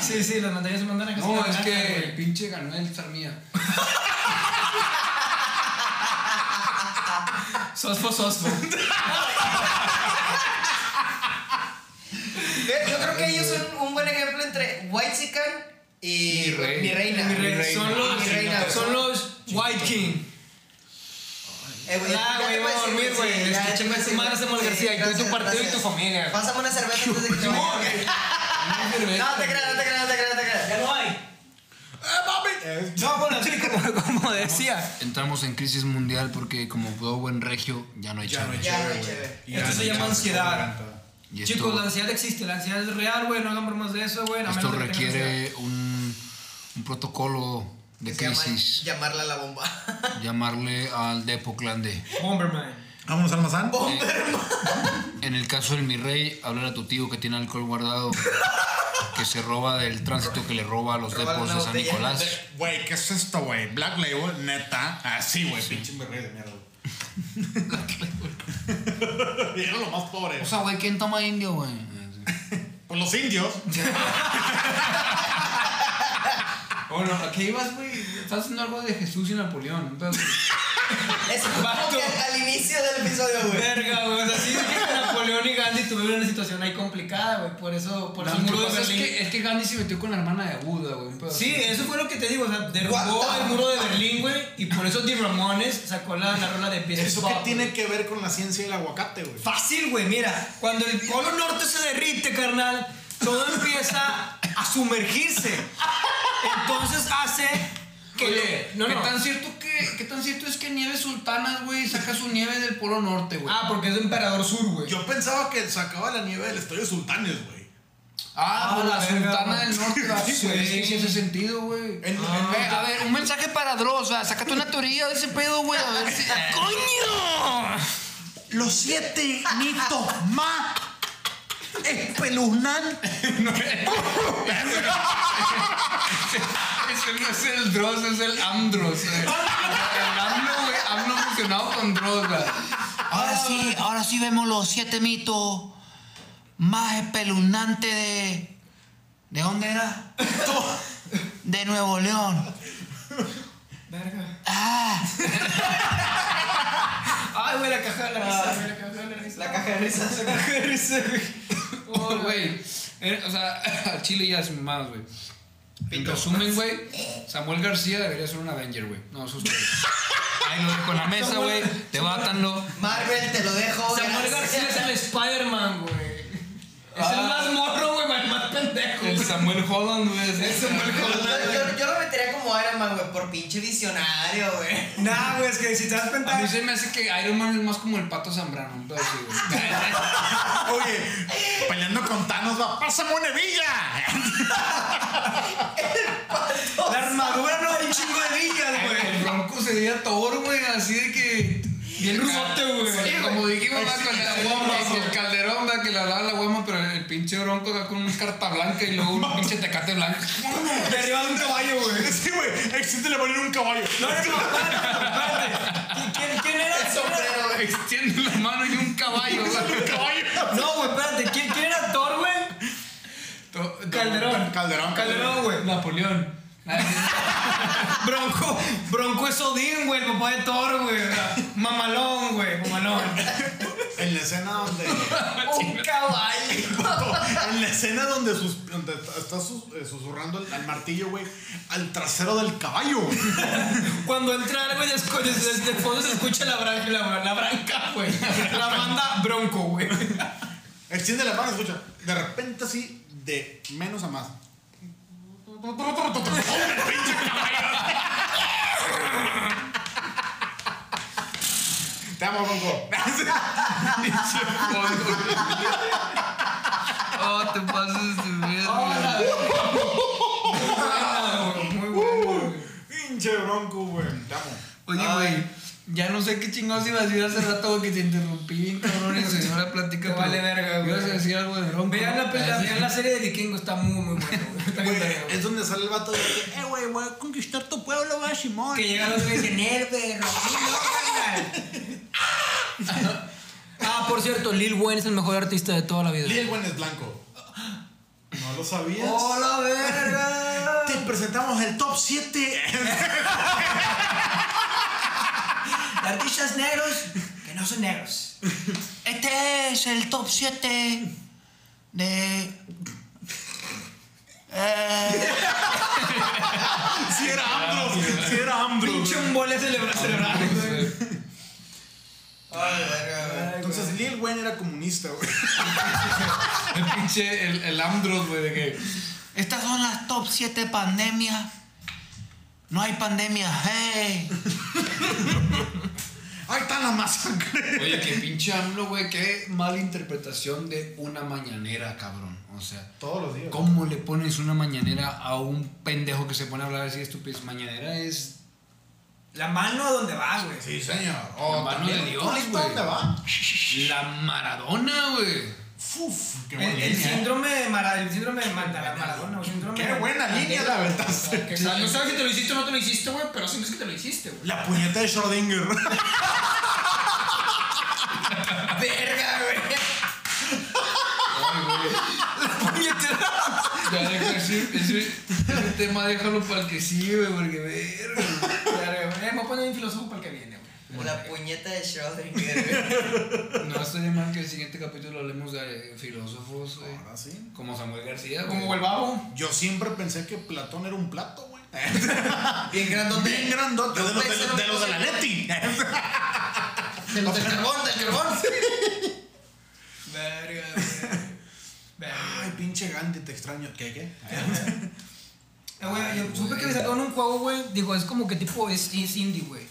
E: Sí, sí, las mandarinas se mandan a
C: No, es que el pinche ganó el mía.
E: Sospo, sospo.
D: Ve, Yo creo que ellos son un buen ejemplo entre white y
C: Mi rey.
D: mi reina. Ah,
E: Mi rey, Son los,
D: Mi reina.
E: son los White King.
D: Eh, güey, te
E: Ya, Ah, güey,
D: voy a
E: vamos a
D: decir,
E: dormir,
D: sí,
E: güey.
D: ya,
E: Es que
D: te
E: chinga
D: voy a
E: su
D: decir,
E: madre, Samuel
D: sí,
E: García, y tú y tu
D: gracias,
E: partido y tu
D: gracias.
E: familia.
D: Pásame una cerveza antes de que te
E: Simón.
D: vayas, güey. No, te creas, no te creas, no te creas, no te creas.
E: Ya no hay.
F: Eh,
E: No, bueno, así como, como decía.
C: Entramos en crisis mundial porque como todo buen regio ya no hay
F: Ya no hay
C: chamba.
D: Ya,
F: chévere,
D: no hay
F: güey.
D: chévere.
F: Y ya
E: Esto
F: no
E: se
F: hay
E: llama
F: chance,
E: ansiedad.
F: güey, la neta.
C: Y esto,
E: Chicos, la ansiedad existe, la ansiedad es real, güey, no hagan bromas de eso, güey. a
C: esto
E: menos de que tengan ansiedad.
C: requiere un, un protocolo de
D: Se llama
C: crisis.
D: llamarla a la bomba.
C: Llamarle al Depoclande.
E: Bomberman.
F: Vámonos al mazán.
J: Oh.
C: En el caso del mi rey, hablar a tu tío que tiene alcohol guardado, que se roba del tránsito que le roba a los
D: Robar
C: depósitos de
D: una
C: San
D: botella.
C: Nicolás.
F: Güey, ¿qué es esto, güey? Black Label, neta. Así, güey, pinche mi rey de mierda. güey. Era lo más
E: Pues.
F: pobre.
C: O sea, güey, ¿quién toma indio, güey?
F: Pues los indios.
C: Oh, no, ¿a qué ibas, güey? Estás haciendo algo de Jesús y Napoleón. Entonces,
D: Es como
E: Vato.
D: que al inicio del episodio, güey.
E: Verga, güey. O sea, sí, es que Napoleón y Gandhi tuvieron una situación ahí complicada, güey. Por eso, por eso el
C: lo que
E: muro de
C: pasa es
E: Berlín.
C: que, es que Gandhi se metió con la hermana de Buda, güey. un pedo
E: Sí,
C: así.
E: eso fue lo que te digo. O sea, derrubó
D: What the-
E: el muro de Berlín, güey. Y por eso Di Ramones sacó la, la rola de Biscuit
J: ¿Eso
E: Bob,
J: qué
E: güey.
J: tiene que ver con la ciencia del aguacate, güey?
E: Fácil, güey, mira, cuando el polo norte se derrite, carnal, todo empieza a sumergirse. Entonces hace que...
C: Oye,
E: no,
C: ¿qué,
E: no.
C: Tan cierto que, ¿qué tan cierto es que Nieves Sultanas, güey, saca su nieve del Polo Norte, güey?
E: Ah, porque es de Emperador Sur, güey.
J: Yo pensaba que sacaba la nieve del Estadio Sultanes, güey.
C: Ah,
E: Ah,
C: pues
E: la
C: la,
E: verga,
C: Sultana
E: güey.
C: del Norte. la-
J: Sí,
C: güey,
J: güey.
C: es que sí hace sentido, güey.
J: En-
C: Ah. Eh, a ver, un mensaje para Drosa. Sácate una teoría de ese pedo, güey. A ver si. ¡Coño!
B: Los siete mitos más espeluznantes.
C: Ese no es el Dross, es el Amdros. eh. El AMLO, güey. AMLO fusionado con Dross, güey.
E: Ah,
C: Ah,
I: Ahora sí, ahora sí vemos los siete mitos más espeluznantes de. ¿De dónde era? De Nuevo León.
E: Verga.
I: Ah,
E: Ay, güey, la caja de la risa, güey, Ah, la caja de la risa.
D: La caja de risas.
E: La caja de risa, güey.
C: Oh, güey. Eh, O sea, al Chile ya es más, güey. En resumen, güey, Samuel García debería ser un Avenger, güey. No, eso es todo. Ahí lo dejo en la mesa, güey. Debátanlo.
D: Marvel, te lo dejo. güey.
E: Samuel García es el Spider-Man, güey. Es el
C: Ah.
E: más morro, güey, el más pendejo.
C: El Samuel Holland, güey. es-
D: Yo, yo- yo lo metería como Iron Man, güey, por pinche visionario, güey.
E: Nah, güey, es que si te das
C: A mí se me hace que Iron Man es más como el pato Zambrano. un pedo así, güey.
F: Oye, peleando con Thanos, va. ¡Pásame una hebilla!
E: La armadura no hay un chingo de villas,
C: El bronco sería Thor, güey, así de que.
E: Bien rusote, güey.
C: Sí, como dijimos, va con la guama, el calderón, va que le hablaba la guama, pero el pinche bronco va con una carta blanca y luego un pinche tecate blanco.
E: Derribado un caballo, güey.
F: Sí, güey, existe le poner un caballo.
E: No, no, no, espérate, espérate. ¿Quién, quién era Thor?
C: Extiende la mano y un caballo, güey.
E: No, güey, espérate. ¿Quién, quién era Thor, güey?
C: To-
E: Calderón.
F: Calderón,
E: Calderón, güey.
C: Napoleón.
E: Bronco, Bronco es Odín, güey, el papá de Thor, güey. Mamalón, güey, mamalón.
J: En la escena donde.
E: Un caballo.
F: En la escena donde, sus, donde está sus- eh, susurrando al, al martillo, güey, al trasero del caballo. güey.
E: Cuando entra algo y desco- desde, desde el fondo se escucha la branca, la, la branca, güey. La banda Bronco, güey.
F: Extiende la mano, escucha. De repente, así, de menos a más. Te amo, Bronco.
C: Oh, te pases de mierda.
E: Ah,
C: Ah,
E: Muy bueno, güey.
F: Pinche Bronco, güey. Te amo.
C: Oye, güey, ya no sé qué chingados ibas a decir hace rato güey, que te interrumpí bien cabrón en su la plática.
E: Te
C: pero
E: vale verga, güey.
C: Ibas a decir algo de ronco.
E: Vean la, peli-
C: Ah, sí.
E: vean la serie de Vikingo, está muy, muy bueno, güey. Está bien verga, güey.
J: Es donde sale el vato de que, eh, güey, voy a conquistar tu pueblo, güey, Simón.
E: Que llegan los güeyes de Nerve, Ah, por cierto, Lil Wayne es el mejor artista de toda la vida.
F: Lil Wayne es blanco. No lo sabías.
E: ¡Hola, verga!
J: Te presentamos el top 7.
E: Artistas negros que no son negros.
I: este es el top 7 de. Eh,
F: Si era Ambros, si era Ambros.
E: Pinche un bole celebra celebrar, güey.
D: Ay, verga, güey.
F: Entonces Lil Wayne era comunista, güey.
C: El pinche, el, el Amdros, güey, de que.
I: estas son las top 7 pandemias. No hay pandemia, hey.
F: Ahí está la masacre.
C: Oye, que pinche AMLO, güey, qué mala interpretación de una mañanera, cabrón. O sea,
F: Todos los días.
C: ¿cómo le pones una mañanera a un pendejo que se pone a hablar así de estupidez? Mañanera es
E: La mano a donde va, güey.
F: Sí, señor. Oh,
C: La mano
F: también.
C: de Dios,
F: ¿Tú listo
C: güey.
F: dónde va?
C: La Maradona, güey.
F: Uf, qué
E: El,
F: buena
E: el
F: línea. ¿eh?
E: síndrome de Mara, el síndrome de Mandala, Maradona, güey, síndrome
F: Qué
E: de-
F: buena línea la aventaste.
C: O sea, no sabes que te lo hiciste o no te lo hiciste, güey, pero sientes que te lo hiciste, güey.
F: La puñeta de Schrödinger.
D: Verga, güey.
C: Ya deja ese, ese, ese tema, déjalo para el que sigue, güey, porque verga.
E: Claro, güey, Me voy a poner un filósofo para el que viene, güey.
D: La puñeta de Schrödinger, güey.
C: No estaría mal que el siguiente capítulo hablemos de eh, filósofos, güey.
F: Ahora Ah, sí.
C: Como Samuel García, güey.
E: Como el babo.
F: Yo siempre pensé que Platón era un plato, güey.
D: Bien grandote.
F: Bien grandote. De los de, los- de los de la Leti.
D: Del, del carbón, del carbón.
E: Verga, güey. Verga.
F: Ay, pinche Gandhi, te extraño. ¿Qué, qué?
E: Eh, güey, yo supe que sacaron un juego, güey. Digo, es como que tipo es, es indie, güey.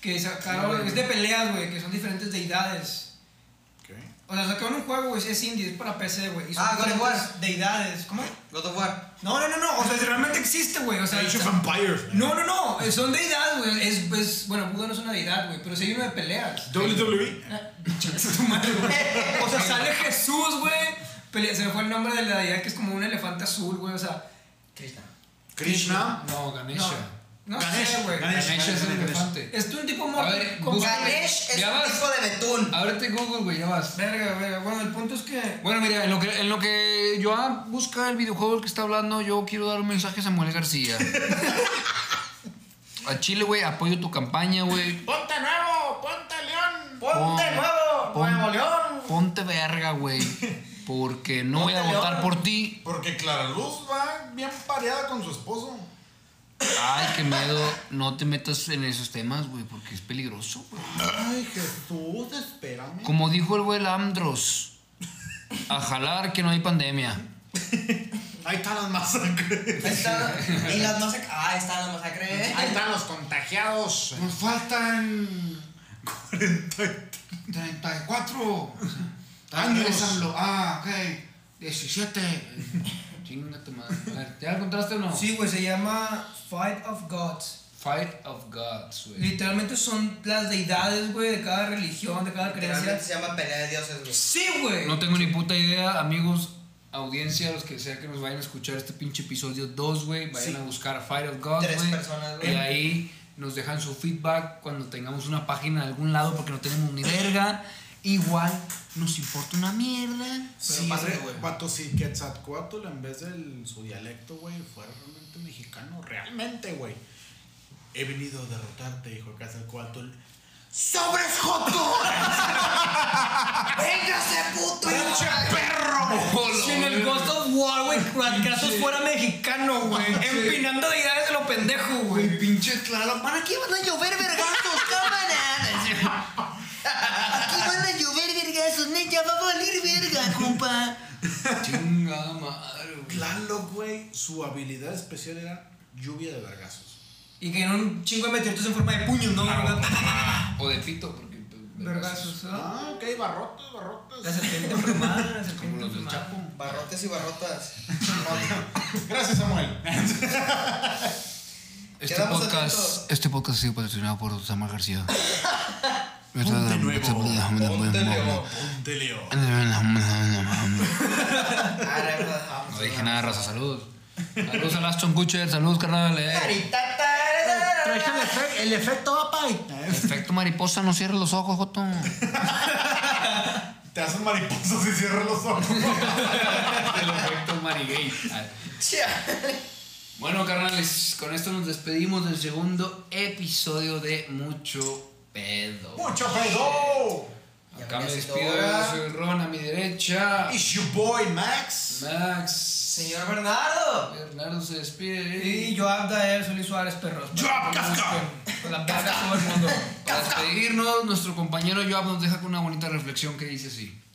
E: Que sacaron, es de peleas, güey, que son diferentes deidades.
F: ¿Qué?
E: O sea, sacaron un juego, güey, es indie, es para PC, güey. y son
D: Ah, God of
E: diferentes
D: War.
E: Deidades, ¿cómo?
D: God of War.
E: No, no, no, no. O sea, realmente existe, güey. O sea,
F: Age of Empires.
E: no, no, no. eh, Son deidades, güey. Es, pues, bueno, Buda no es una deidad, güey, pero sí hay uno de peleas.
F: WWE.
E: Chingas tu madre, güey. O sea, sale Jesús, güey. pelea- Se me fue el nombre de la deidad que es como un elefante azul, güey. O sea,
D: Krishna.
F: Krishna.
C: No,
E: no,
C: Ganesha.
E: no
F: Ganesh,
E: sé, güey.
F: Ganesh,
C: Ganesha es un
F: Ganesha.
C: elefante.
E: Es un tipo
C: A
E: morro.
C: ver,
E: con-
C: busca-
D: Ganesh es
C: Ya
D: un
C: vas.
D: tipo de betún.
C: Ábrete Google, güey, ya vas.
E: Verga, verga. Bueno, el punto es que.
C: Bueno, mira, en lo que, en lo que Joan busca el videojuego del que está hablando, yo quiero dar un mensaje a Samuel García. a Chile, güey, apoyo tu campaña, güey.
F: ¡Ponte nuevo! ¡Ponte león!
C: Pon- pon-
D: León.
C: Ponte verga, güey. Porque no voy a
D: Ponte
C: votar
D: león.
C: por ti.
F: Porque Clara Luz va bien pareada con su esposo.
C: Ay, qué miedo. No te metas en esos temas, güey, porque es peligroso, güey.
F: Ay, Jesús, espérame.
C: Como dijo el güey Lambros, a jalar que no hay pandemia.
F: Ahí están las masacres.
D: Ahí está. Y las masacres. Ah, está la masacre.
F: Ahí están los contagiados. Nos faltan 40
I: 34.
F: años.
I: Ah, ok. 17.
C: Chinga tu madre. A ver, ¿Ya lo encontraste o no?
E: Sí, güey, se llama Fight of Gods.
C: Fight of Gods, güey.
E: Literalmente son las deidades, güey, de cada religión, de cada creencia.
D: Literalmente se llama pelea de dioses, güey.
E: Sí, güey.
C: No tengo ni puta idea, amigos, audiencia, los que sea que nos vayan a escuchar este pinche episodio 2, güey, vayan a buscar Fire of God,
D: Tres
C: güey.
D: personas, güey.
C: Y ahí nos dejan su feedback cuando tengamos una página en algún lado porque no tenemos ni verga. Igual nos importa una mierda.
F: Sí,
E: pásale,
F: re-
E: güey.
F: Pato, sí, Quetzalcoatl en vez de su dialecto, güey, fue realmente mexicano. Realmente, güey. He venido a derrotarte, dijo Quetzalcoatl. ¡Sobres Joto!
D: ¡Véngase, puto!
F: ¡Pinche perro!
E: Si en el Ghost of War, güey, Kratos fuera mexicano, güey. Empinando deidades de lo pendejo, güey.
I: Pinche claro. ¿Para qué van a llover vergazos, cámara? Aquí van a llover vergazos, neta, va a valer verga, compa.
C: Chingada madre, güey.
F: Tlaloc, güey, su habilidad especial era lluvia de vergazos.
E: Y que eran un chingo de meteoritos en forma de puños, ¿no?
C: O de pito, porque. pues,
E: Vergazos, ¿no?
F: Ah, ok, barrotes, barrotes.
E: La serpiente emplumada, la serpiente
C: Como los del
E: emplumada.
C: Chapo.
D: Barrotes y barrotas.
F: Gracias, Samuel.
C: Este
D: Quedamos atentos.
C: podcast, este podcast ha sido patrocinado por Samuel García.
F: Ponte nuevo. Ponte Leo. Ponte Leo.
D: Ah,
C: No dije nada, raza, saludos. Saludos a Aston Kutcher, saludos, carnal. eh.
B: Traje el, efe- el efecto apa y-
C: Efecto mariposa, no cierres los ojos, Joto.
F: Te hacen mariposas y cierras los ojos.
C: El efecto marigay. Bueno, carnales, con esto nos despedimos del segundo episodio de Mucho Pedo.
F: ¡Mucho pedo!
C: Acá me
D: Ya siendo
C: despido,
D: hora.
C: yo soy Ron a mi derecha.
F: It's your boy, Max.
C: Max.
D: Señor Bernardo.
C: Bernardo se despide. ¿eh?
E: Y yo Abdael, Solís Suárez, perros.
F: Joab Kafka.
E: Con la verga todo el mundo.
C: Para despedirnos, nuestro compañero Joab nos deja con una bonita reflexión que dice así.